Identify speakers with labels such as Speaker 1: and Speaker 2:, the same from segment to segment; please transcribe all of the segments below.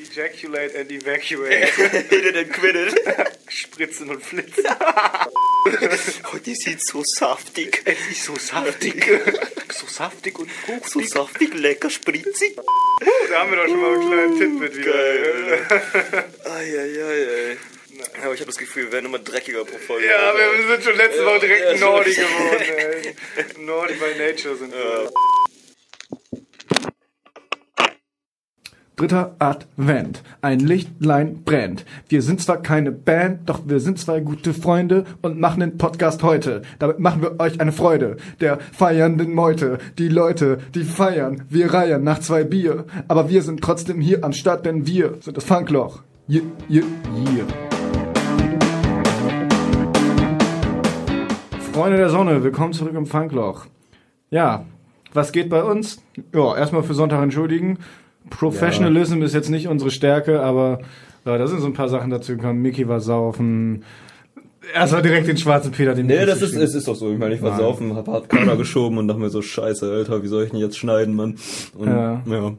Speaker 1: ejaculate and evacuate.
Speaker 2: Hit it and quit it.
Speaker 1: Spritzen und flitzen.
Speaker 2: Oh, die sind so saftig.
Speaker 1: Es ist so saftig. so saftig und
Speaker 2: So
Speaker 1: fruchtig.
Speaker 2: saftig, lecker, spritzig.
Speaker 1: Da haben wir doch schon mal einen kleinen Tidbit wieder.
Speaker 2: Geil. Eieiei. Aber ich habe das Gefühl, wir werden immer dreckiger pro Folge. Also,
Speaker 1: Ja, wir sind schon letzte Woche direkt
Speaker 2: ja, schon
Speaker 1: Nordi
Speaker 2: wieder.
Speaker 1: geworden. Ey. Nordi by Nature sind wir.
Speaker 3: Dritter Advent. Ein Lichtlein brennt. Wir sind zwar keine Band, doch wir sind zwei gute Freunde und machen den Podcast heute. Damit machen wir euch eine Freude. Der feiernden Meute. Die Leute, die feiern. Wir reihen nach zwei Bier. Aber wir sind trotzdem hier am Start, denn wir sind das Funkloch. Yeah, yeah, yeah. Freunde der Sonne, willkommen zurück im Funkloch. Ja, was geht bei uns? Ja, erstmal für Sonntag entschuldigen. Professionalism ist jetzt nicht unsere Stärke, aber ja, da sind so ein paar Sachen dazu gekommen. Mickey war saufen. Erstmal direkt den schwarzen Peter, den
Speaker 2: Nee,
Speaker 3: Mickey
Speaker 2: das
Speaker 3: zu
Speaker 2: ist,
Speaker 3: schieben.
Speaker 2: es ist doch so. Ich meine, ich war saufen, hab hart Kamera geschoben und dachte mir so, scheiße, Alter, wie soll ich denn jetzt schneiden, Mann? Und,
Speaker 3: Ja.
Speaker 2: ja.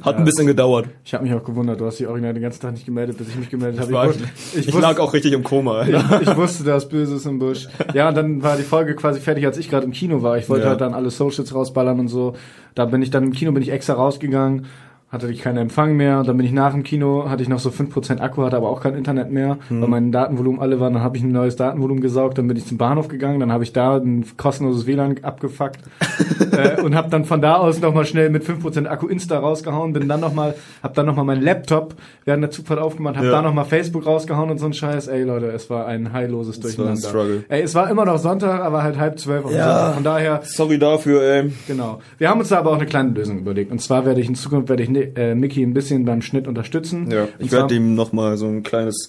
Speaker 2: Hat ein bisschen gedauert.
Speaker 3: Ich habe mich auch gewundert, du hast dich original den ganzen Tag nicht gemeldet, bis ich mich gemeldet habe.
Speaker 2: War, ich,
Speaker 3: wus-
Speaker 2: ich,
Speaker 3: wus-
Speaker 2: lag auch richtig im Koma, Alter.
Speaker 3: ich, ich wusste, das Böse ist im Busch. Ja, und dann war die Folge quasi fertig, als ich gerade im Kino war. Ich wollte
Speaker 2: Ja.
Speaker 3: halt dann alle Socials rausballern und so. Da bin ich dann im Kino, bin ich extra rausgegangen, hatte ich keinen Empfang mehr. Dann bin ich nach dem Kino, hatte ich noch so 5% Akku, hatte aber auch kein Internet mehr, weil mein Datenvolumen alle waren. Dann habe ich ein neues Datenvolumen gesaugt, dann bin ich zum Bahnhof gegangen, dann habe ich da ein kostenloses WLAN abgefuckt äh, und habe dann von da aus nochmal schnell mit 5% Akku Insta rausgehauen, bin dann nochmal, hab dann nochmal meinen Laptop während der Zugfahrt aufgemacht, hab
Speaker 2: Ja.
Speaker 3: da nochmal Facebook rausgehauen und so ein Scheiß. Ey Leute, es war ein heilloses
Speaker 2: war ein
Speaker 3: Durcheinander.
Speaker 2: Struggle.
Speaker 3: Ey, es war immer noch Sonntag, aber halt halb zwölf auf dem Sonntag. Von daher,
Speaker 2: Sorry dafür, ey.
Speaker 3: genau. Wir haben uns da aber auch eine kleine Lösung überlegt. Und zwar werde ich in Zukunft werde ich ne- äh, Mickey ein bisschen beim Schnitt unterstützen.
Speaker 2: Ja,
Speaker 3: Und
Speaker 2: ich
Speaker 3: zwar-
Speaker 2: werde ihm nochmal so ein kleines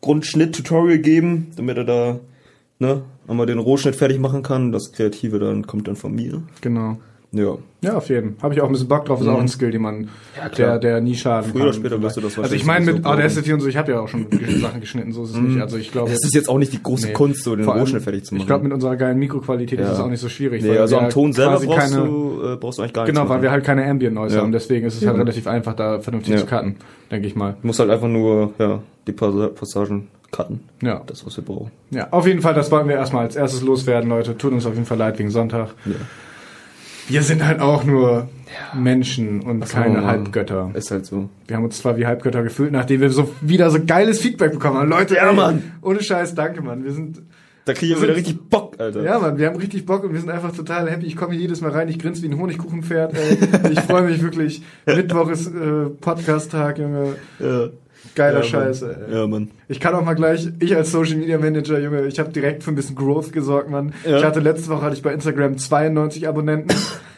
Speaker 2: Grundschnitt-Tutorial geben, damit er da, ne, einmal den Rohschnitt fertig machen kann. Das Kreative dann kommt dann von mir.
Speaker 3: Genau.
Speaker 2: Ja.
Speaker 3: Ja, auf jeden. Habe ich auch ein bisschen Bock drauf. Ist auch ein Skill, den man, der, der nie schaden
Speaker 2: Früher oder
Speaker 3: kann.
Speaker 2: später wirst du das
Speaker 3: Also
Speaker 2: wahrscheinlich
Speaker 3: ich meine mit
Speaker 2: sowieso brauchen.
Speaker 3: Audacity und so, ich habe ja auch schon gesch- Sachen geschnitten, so ist es nicht. Also ich glaube,
Speaker 2: Das ist jetzt auch nicht die große
Speaker 3: Nee.
Speaker 2: Kunst, so den
Speaker 3: Vor allem,
Speaker 2: Rohschnitt fertig zu machen.
Speaker 3: Ich glaube, mit unserer geilen Mikroqualität ist
Speaker 2: Ja.
Speaker 3: es auch nicht so schwierig.
Speaker 2: nee,
Speaker 3: weil
Speaker 2: also
Speaker 3: wir
Speaker 2: am Ton selber
Speaker 3: quasi
Speaker 2: brauchst,
Speaker 3: keine,
Speaker 2: du, äh, brauchst du eigentlich gar nichts
Speaker 3: Genau, weil
Speaker 2: machen.
Speaker 3: wir halt keine Ambient Noise
Speaker 2: Ja.
Speaker 3: haben, deswegen ist es halt relativ einfach, da vernünftig
Speaker 2: Ja.
Speaker 3: zu cutten, denke ich mal.
Speaker 2: Du musst halt einfach nur, ja, die Passa- Passagen cutten.
Speaker 3: Ja.
Speaker 2: Das, was wir brauchen.
Speaker 3: Ja, auf jeden Fall, das wollten wir erstmal als erstes loswerden, Leute. Tut uns auf jeden Fall leid wegen Sonntag. Wir sind halt auch nur Menschen und keine
Speaker 2: machen?
Speaker 3: Halbgötter.
Speaker 2: Ist halt so.
Speaker 3: Wir haben uns zwar wie Halbgötter gefühlt, nachdem wir so wieder so geiles Feedback bekommen haben. Leute,
Speaker 2: Ja,
Speaker 3: ey,
Speaker 2: Mann.
Speaker 3: ohne Scheiß, danke, Mann. Wir sind
Speaker 2: Da kriege ich
Speaker 3: Wir
Speaker 2: wieder
Speaker 3: sind-
Speaker 2: richtig Bock, Alter.
Speaker 3: Ja, Mann, wir haben richtig Bock und wir sind einfach total happy. Ich komme hier jedes Mal rein, ich grinse wie ein Honigkuchenpferd. Ey. Ich freue mich wirklich. Mittwoch ist äh, Podcast-Tag, Junge.
Speaker 2: Ja.
Speaker 3: Geiler
Speaker 2: Ja,
Speaker 3: Scheiß.
Speaker 2: Mann.
Speaker 3: Ey.
Speaker 2: Ja, Mann.
Speaker 3: Ich kann auch mal gleich, ich als Social Media Manager, Junge, ich habe direkt für ein bisschen Growth gesorgt, Mann.
Speaker 2: Ja.
Speaker 3: Ich hatte letzte Woche hatte ich bei Instagram 92 Abonnenten.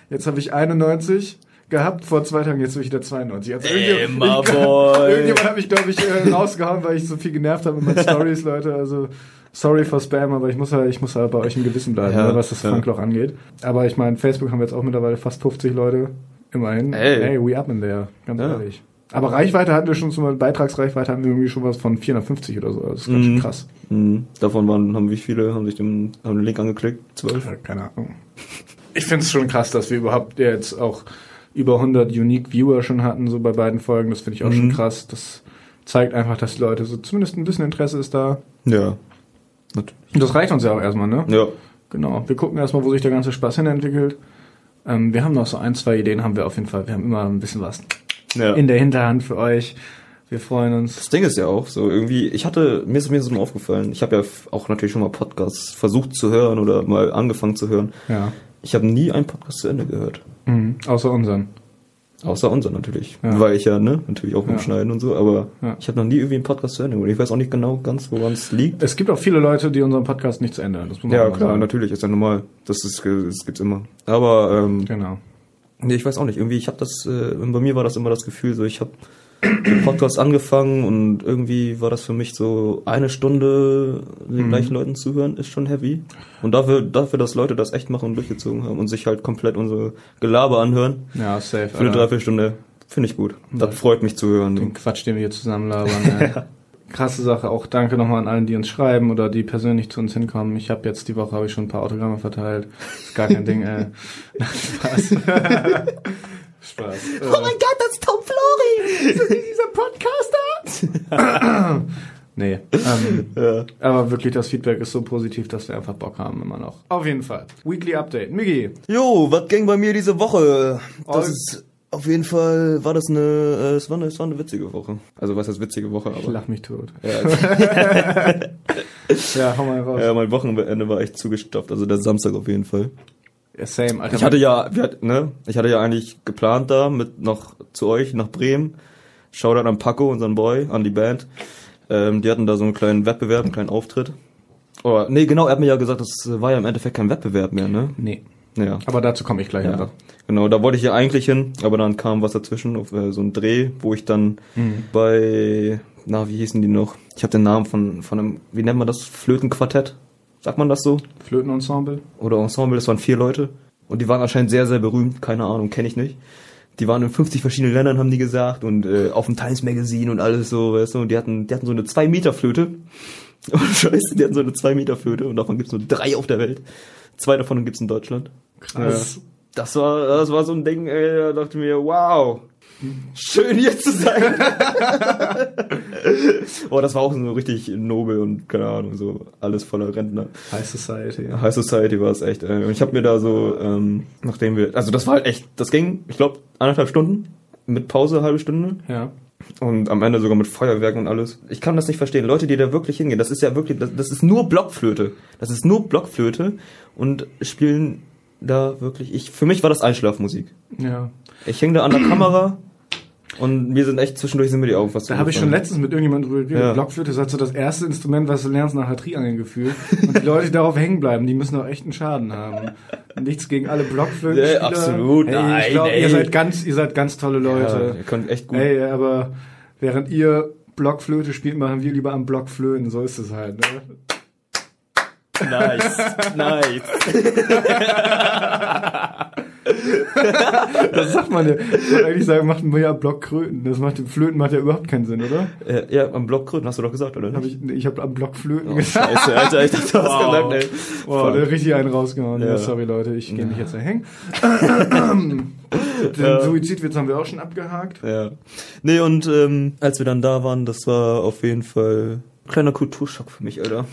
Speaker 3: Jetzt habe ich 91 gehabt vor zwei Tagen, jetzt bin ich wieder 92. Also irgendwie-
Speaker 2: Ey, my
Speaker 3: ich kann-
Speaker 2: boy.
Speaker 3: irgendjemand hat mich, glaube ich, äh, rausgehauen, weil ich so viel genervt habe mit meinen Stories, Leute. Also sorry for Spam, aber ich muss halt, ich muss halt bei euch im Gewissen bleiben,
Speaker 2: Ja,
Speaker 3: ne, was das
Speaker 2: ja.
Speaker 3: Funkloch angeht. Aber ich meine, Facebook haben wir jetzt auch mittlerweile fast 50 Leute. Immerhin.
Speaker 2: Ey.
Speaker 3: Hey, we up in there. Ganz
Speaker 2: Ja.
Speaker 3: ehrlich. Aber Reichweite hatten wir schon, zum Beispiel Beitragsreichweite hatten wir irgendwie schon was von 450 oder so. Das ist ganz schön
Speaker 2: Mhm.
Speaker 3: krass.
Speaker 2: Mhm. Davon waren, haben wie viele, haben sich den, haben den Link angeklickt? Zwölf?
Speaker 3: Ja, Keine Ahnung. Ich finde es schon krass, dass wir überhaupt jetzt auch über 100 Unique Viewer schon hatten, so bei beiden Folgen. Das finde ich auch
Speaker 2: Mhm.
Speaker 3: schon krass. Das zeigt einfach, dass die Leute so zumindest ein bisschen Interesse ist da.
Speaker 2: Ja. Gut.
Speaker 3: Und das reicht uns ja auch erstmal, ne?
Speaker 2: Ja.
Speaker 3: Genau. Wir gucken erstmal, wo sich der ganze Spaß hin entwickelt. Ähm, wir haben noch so ein, zwei Ideen, haben wir auf jeden Fall. Wir haben immer ein bisschen was
Speaker 2: ja.
Speaker 3: in der Hinterhand für euch. Wir freuen uns.
Speaker 2: Das Ding ist ja auch so irgendwie, ich hatte, mir ist mir so mal aufgefallen, ich habe ja f- auch natürlich schon mal Podcasts versucht zu hören oder mal angefangen zu hören.
Speaker 3: Ja.
Speaker 2: Ich habe nie einen Podcast zu Ende gehört.
Speaker 3: Mhm. Außer unseren.
Speaker 2: Außer unser natürlich.
Speaker 3: Ja.
Speaker 2: Weil ich ja, ne, natürlich auch umschneiden und so, aber
Speaker 3: Ja.
Speaker 2: ich habe noch nie irgendwie einen Podcast zu Ende gehört. Ich weiß auch nicht genau ganz, woran es liegt.
Speaker 3: Es gibt auch viele Leute, die unseren Podcast nicht zu Ende hören. Das muss man auch
Speaker 2: Ja,
Speaker 3: mal
Speaker 2: klar,
Speaker 3: sagen.
Speaker 2: natürlich, ist ja normal. Das, ist, ge- das gibt's immer. Aber, ähm,
Speaker 3: Genau.
Speaker 2: nee, ich weiß auch nicht. Irgendwie, ich habe das, äh, bei mir war das immer das Gefühl, so, ich habe den Podcast angefangen und irgendwie war das für mich so, eine Stunde den
Speaker 3: Mhm.
Speaker 2: gleichen Leuten zuhören, ist schon heavy. Und dafür, dafür, dass Leute das echt machen und durchgezogen haben und sich halt komplett unsere Gelaber anhören,
Speaker 3: Ja, safe.
Speaker 2: für eine
Speaker 3: Alter.
Speaker 2: Dreiviertelstunde, finde ich gut. Das freut mich zu hören.
Speaker 3: Den Quatsch, den wir hier zusammen labern. ey. Krasse Sache. Auch danke nochmal an allen, die uns schreiben oder die persönlich zu uns hinkommen. Ich habe jetzt die Woche habe ich schon ein paar Autogramme verteilt. Ist gar kein Ding. Äh. Spaß. Spaß.
Speaker 2: Oh mein Gott, das ist Tom Flori!
Speaker 3: dieser Podcaster? nee. Ähm, Aber wirklich, das Feedback ist so positiv, dass wir einfach Bock haben immer noch. Auf jeden Fall. Weekly Update. Miggi.
Speaker 2: Jo, was ging bei mir diese Woche? Das
Speaker 3: Oh.
Speaker 2: ist auf jeden Fall, war das eine, äh, es war eine, es war eine witzige Woche. Also was heißt witzige Woche,
Speaker 3: Ich
Speaker 2: aber.
Speaker 3: lach mich tot.
Speaker 2: Ja, also,
Speaker 3: Ja, hau mal raus.
Speaker 2: ja, mein Wochenende war echt zugestopft, also der Samstag auf jeden Fall.
Speaker 3: Ja, same, Also, Alter.
Speaker 2: Ich hatte ja, wir, hatten- ne, ich hatte ja eigentlich geplant da mit noch zu euch nach Bremen. Shoutout an Paco, unseren Boy, an die Band. Ähm, die hatten da so einen kleinen Wettbewerb, einen kleinen Auftritt. Oh, nee, genau, er hat mir ja gesagt, das war ja im Endeffekt kein Wettbewerb mehr, ne?
Speaker 3: Nee.
Speaker 2: Ja.
Speaker 3: Aber dazu komme ich gleich
Speaker 2: ja.
Speaker 3: einfach.
Speaker 2: Genau, da wollte ich ja eigentlich hin, aber dann kam was dazwischen, auf äh, so ein Dreh, wo ich dann bei, na, wie hießen die noch? Ich habe den Namen von, von einem, wie nennt man das? Flötenquartett? Sagt man das so?
Speaker 3: Flötenensemble.
Speaker 2: oder Ensemble, das waren vier Leute und die waren anscheinend sehr, sehr berühmt, keine Ahnung, kenne ich nicht. Die waren in 50 verschiedenen Ländern, haben die gesagt, und äh, auf dem Times Magazine und alles so, weißt du, und die hatten, die hatten so eine 2-Meter-Flöte. Und scheiße, die hatten so eine 2-Meter-Flöte und davon gibt's nur drei auf der Welt. Zwei davon gibt's in Deutschland.
Speaker 3: Krass.
Speaker 2: Das war, das war so ein Ding, ey, da dachte ich mir, wow, schön hier zu sein. Boah, das war auch so richtig nobel und keine Ahnung, so alles voller Rentner.
Speaker 3: High Society. Ja.
Speaker 2: High Society war es echt. Äh, und ich habe mir da so, ähm, nachdem wir, also das war halt echt, das ging, ich glaube, anderthalb Stunden. Mit Pause eine halbe Stunde
Speaker 3: ja.
Speaker 2: und am Ende sogar mit Feuerwerk und alles. Ich kann das nicht verstehen. Leute, die da wirklich hingehen, das ist ja wirklich, das, das ist nur Blockflöte. Das ist nur Blockflöte und spielen da wirklich. Ich, für mich war das Einschlafmusik.
Speaker 3: Ja.
Speaker 2: Ich hänge da an der Kamera und mir sind echt zwischendurch sind mir die Augen fast.
Speaker 3: Da habe ich schon
Speaker 2: zugefallen.
Speaker 3: letztens mit irgendjemandem drüber geredet.
Speaker 2: Ja.
Speaker 3: Blockflöte ist halt so das erste Instrument, was du lernst nach der Triangel gefühlt. Und die Leute, die darauf hängen bleiben, die müssen auch echt einen Schaden haben. Nichts gegen alle Blockflöten.
Speaker 2: Ja, absolut.
Speaker 3: Hey,
Speaker 2: Nein,
Speaker 3: ich glaub,
Speaker 2: ey.
Speaker 3: ihr seid ganz, ihr seid ganz tolle Leute.
Speaker 2: Ja, ihr könnt echt gut.
Speaker 3: Ey, aber während ihr Blockflöte spielt, machen wir lieber am Blockflöten. So ist es halt. Ne?
Speaker 2: Nice, nice.
Speaker 3: Das sagt man ja. Ich wollte eigentlich sagen, macht man ja Blockkröten. Das macht Flöten macht ja überhaupt keinen Sinn, oder?
Speaker 2: Äh, ja, am Blockgrün hast du doch gesagt, oder?
Speaker 3: Hab ich nee, ich habe am Blockflöten
Speaker 2: Oh,
Speaker 3: gesagt.
Speaker 2: Scheiße, Alter, ich dachte, du hast
Speaker 3: Wow.
Speaker 2: gesagt, ey.
Speaker 3: Wow,
Speaker 2: Fuck.
Speaker 3: der hat richtig einen rausgehauen. Ja.
Speaker 2: Ja.
Speaker 3: sorry Leute, ich gehe mich jetzt erhängen. Den Suizidwitz haben wir auch schon abgehakt.
Speaker 2: Ja. Nee, und ähm, als wir dann da waren, das war auf jeden Fall ein kleiner Kulturschock für mich, Alter.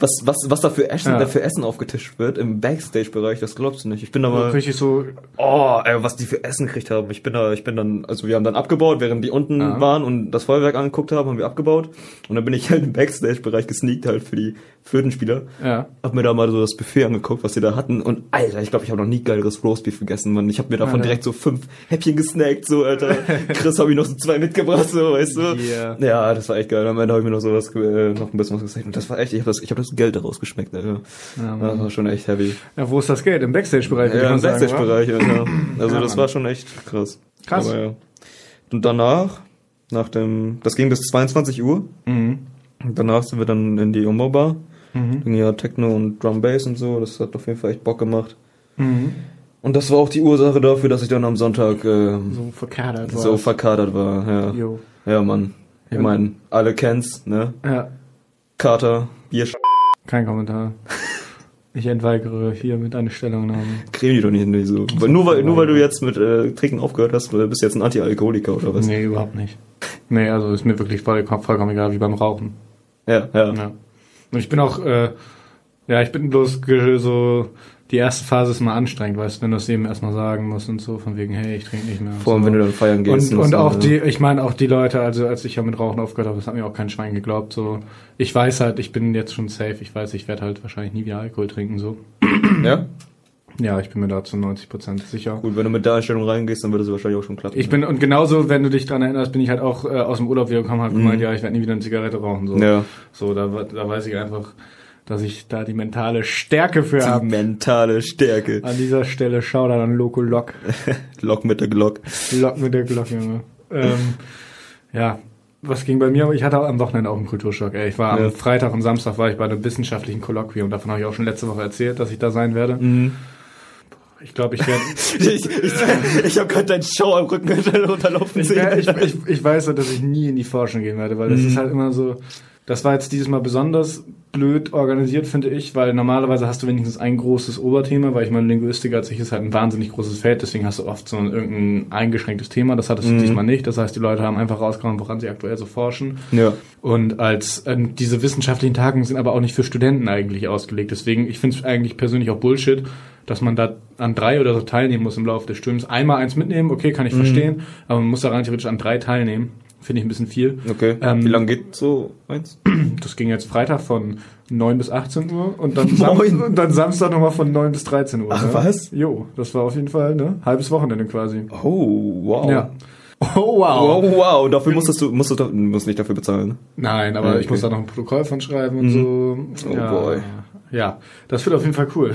Speaker 2: Was, was, was da für Essen,
Speaker 3: Ja.
Speaker 2: da für Essen aufgetischt wird im Backstage-Bereich, das glaubst du nicht. Ich bin da mal.
Speaker 3: Richtig so,
Speaker 2: Oh, ey, was die für Essen gekriegt haben. Ich bin da, ich bin dann, also wir haben dann abgebaut, während die unten
Speaker 3: Aha.
Speaker 2: waren und das Feuerwerk angeguckt haben, haben wir abgebaut. Und dann bin ich halt im Backstage-Bereich gesneakt halt für die Flötenspieler.
Speaker 3: Ja.
Speaker 2: Hab mir da mal so das Buffet angeguckt, was die da hatten. Und Alter, ich glaube, ich habe noch nie geileres Roastbeef gegessen, Mann. Ich habe mir davon
Speaker 3: Alter.
Speaker 2: direkt so fünf Häppchen gesnackt, so, Alter. Chris habe ich noch so zwei mitgebracht, so, weißt du.
Speaker 3: Yeah.
Speaker 2: Ja, das war echt geil. Am Ende habe ich mir noch sowas, äh, noch ein bisschen was gesnackt. Und das war echt, ich habe das, ich hab das Geld daraus geschmeckt, Alter.
Speaker 3: Ja,
Speaker 2: das war schon echt heavy.
Speaker 3: ja, wo ist das Geld? Im Backstage-Bereich, würde
Speaker 2: Ja,
Speaker 3: man
Speaker 2: im
Speaker 3: sagen, oder?
Speaker 2: Backstage-Bereich, ja. Also
Speaker 3: Ja,
Speaker 2: das
Speaker 3: Mann.
Speaker 2: war schon echt krass.
Speaker 3: Krass.
Speaker 2: Aber, ja. Und danach, nach dem, das ging bis 22 Uhr.
Speaker 3: Mhm.
Speaker 2: Und danach sind wir dann in die Umbaubar. Mhm. Ja, Techno und Drum Bass und so. Das hat auf jeden Fall echt Bock gemacht.
Speaker 3: Mhm.
Speaker 2: Und das war auch die Ursache dafür, dass ich dann am Sonntag ähm,
Speaker 3: So verkadert
Speaker 2: so,
Speaker 3: war es.
Speaker 2: verkadert war. Ja,
Speaker 3: Jo.
Speaker 2: ja Mann. Ich meine, alle kennt's, ne?
Speaker 3: Ja,
Speaker 2: Kater, Bier, Sch-
Speaker 3: kein Kommentar. Ich entweigere hier mit einer Stellungnahme.
Speaker 2: creme die doch nicht, nicht so. Weil, nur, weil, nur weil du jetzt mit äh, Trinken aufgehört hast, äh, bist du jetzt ein Anti-Alkoholiker oder was?
Speaker 3: Nee, überhaupt nicht. Nee, also ist mir wirklich voll- vollkommen egal, wie beim Rauchen.
Speaker 2: Ja, ja.
Speaker 3: Ja. Und ich bin auch, äh, ja, ich bin bloß ge- so, die erste Phase ist mal anstrengend, weißt du, wenn du es eben erstmal sagen musst und so, von wegen, hey, ich trinke nicht mehr. und
Speaker 2: Vor allem,
Speaker 3: so.
Speaker 2: wenn du dann feiern gehst.
Speaker 3: und, und
Speaker 2: so, ne?
Speaker 3: auch
Speaker 2: ja.
Speaker 3: die, ich meine auch die Leute, also als ich ja mit Rauchen aufgehört habe, das hat mir auch kein Schwein geglaubt. So, ich weiß halt, ich bin jetzt schon safe. Ich weiß, ich werde halt wahrscheinlich nie wieder Alkohol trinken. So,
Speaker 2: Ja?
Speaker 3: ja, ich bin mir da zu 90 Prozent sicher.
Speaker 2: Gut, wenn du mit der Einstellung reingehst, dann würde es wahrscheinlich auch schon klappen.
Speaker 3: Ich bin und genauso, wenn du dich dran erinnerst, bin ich halt auch äh, aus dem Urlaub wiedergekommen, habe gemeint, ja, ich werde nie wieder eine Zigarette rauchen. So,
Speaker 2: Mhm. Ja.
Speaker 3: so da, wa- da weiß ich einfach, dass ich da die mentale Stärke für
Speaker 2: Die
Speaker 3: habe.
Speaker 2: mentale Stärke.
Speaker 3: An dieser Stelle Shoutout an Loco Lock.
Speaker 2: Glock mit der Glock.
Speaker 3: Lock mit der Glocke, Junge. Ähm, ja, was ging bei mir? Ich hatte am Wochenende auch einen Kulturschock. Ey, ich war
Speaker 2: Ja.
Speaker 3: am Freitag und Samstag war ich bei einem wissenschaftlichen Kolloquium. Davon habe ich auch schon letzte Woche erzählt, dass ich da sein werde.
Speaker 2: Mhm.
Speaker 3: Ich glaube, ich werde...
Speaker 2: Ich, ich, ich habe gerade deinen Schau am Rücken runterlaufen
Speaker 3: Ich, wär- ich, ich, ich weiß ja, dass ich nie in die Forschung gehen werde, weil das ist halt immer so, Das war jetzt dieses Mal besonders blöd organisiert, finde ich, weil normalerweise hast du wenigstens ein großes Oberthema, weil ich meine, Linguistik als sich ist halt ein wahnsinnig großes Feld, deswegen hast du oft so ein, irgendein eingeschränktes Thema, das hattest du diesmal nicht. Das heißt, die Leute haben einfach rausgehauen, woran sie aktuell so forschen.
Speaker 2: Ja.
Speaker 3: Und als ähm, diese wissenschaftlichen Tagungen sind aber auch nicht für Studenten eigentlich ausgelegt. Deswegen, ich finde es eigentlich persönlich auch Bullshit, dass man da an drei oder so teilnehmen muss im Laufe des Sturms. Einmal eins mitnehmen, okay, kann
Speaker 2: Mhm.
Speaker 3: ich verstehen, aber man muss da rein theoretisch an drei teilnehmen. Finde ich ein bisschen viel.
Speaker 2: Okay.
Speaker 3: Ähm,
Speaker 2: Wie lange geht so eins?
Speaker 3: Das ging jetzt Freitag von 9 bis 18 Uhr und dann, Sam
Speaker 2: Moin.
Speaker 3: und dann Samstag nochmal von 9 bis 13 Uhr.
Speaker 2: Ach,
Speaker 3: ne?
Speaker 2: was?
Speaker 3: Jo, das war auf jeden Fall ne halbes Wochenende quasi.
Speaker 2: Oh, wow.
Speaker 3: Ja. Oh wow.
Speaker 2: Oh, wow. Dafür musstest du, musstest du, musst nicht dafür bezahlen. ne?
Speaker 3: Nein, aber
Speaker 2: Ja,
Speaker 3: ich muss
Speaker 2: Ah, okay.
Speaker 3: da noch ein Protokoll von schreiben und so.
Speaker 2: Oh
Speaker 3: ja.
Speaker 2: boy.
Speaker 3: Ja, das wird auf jeden Fall cool.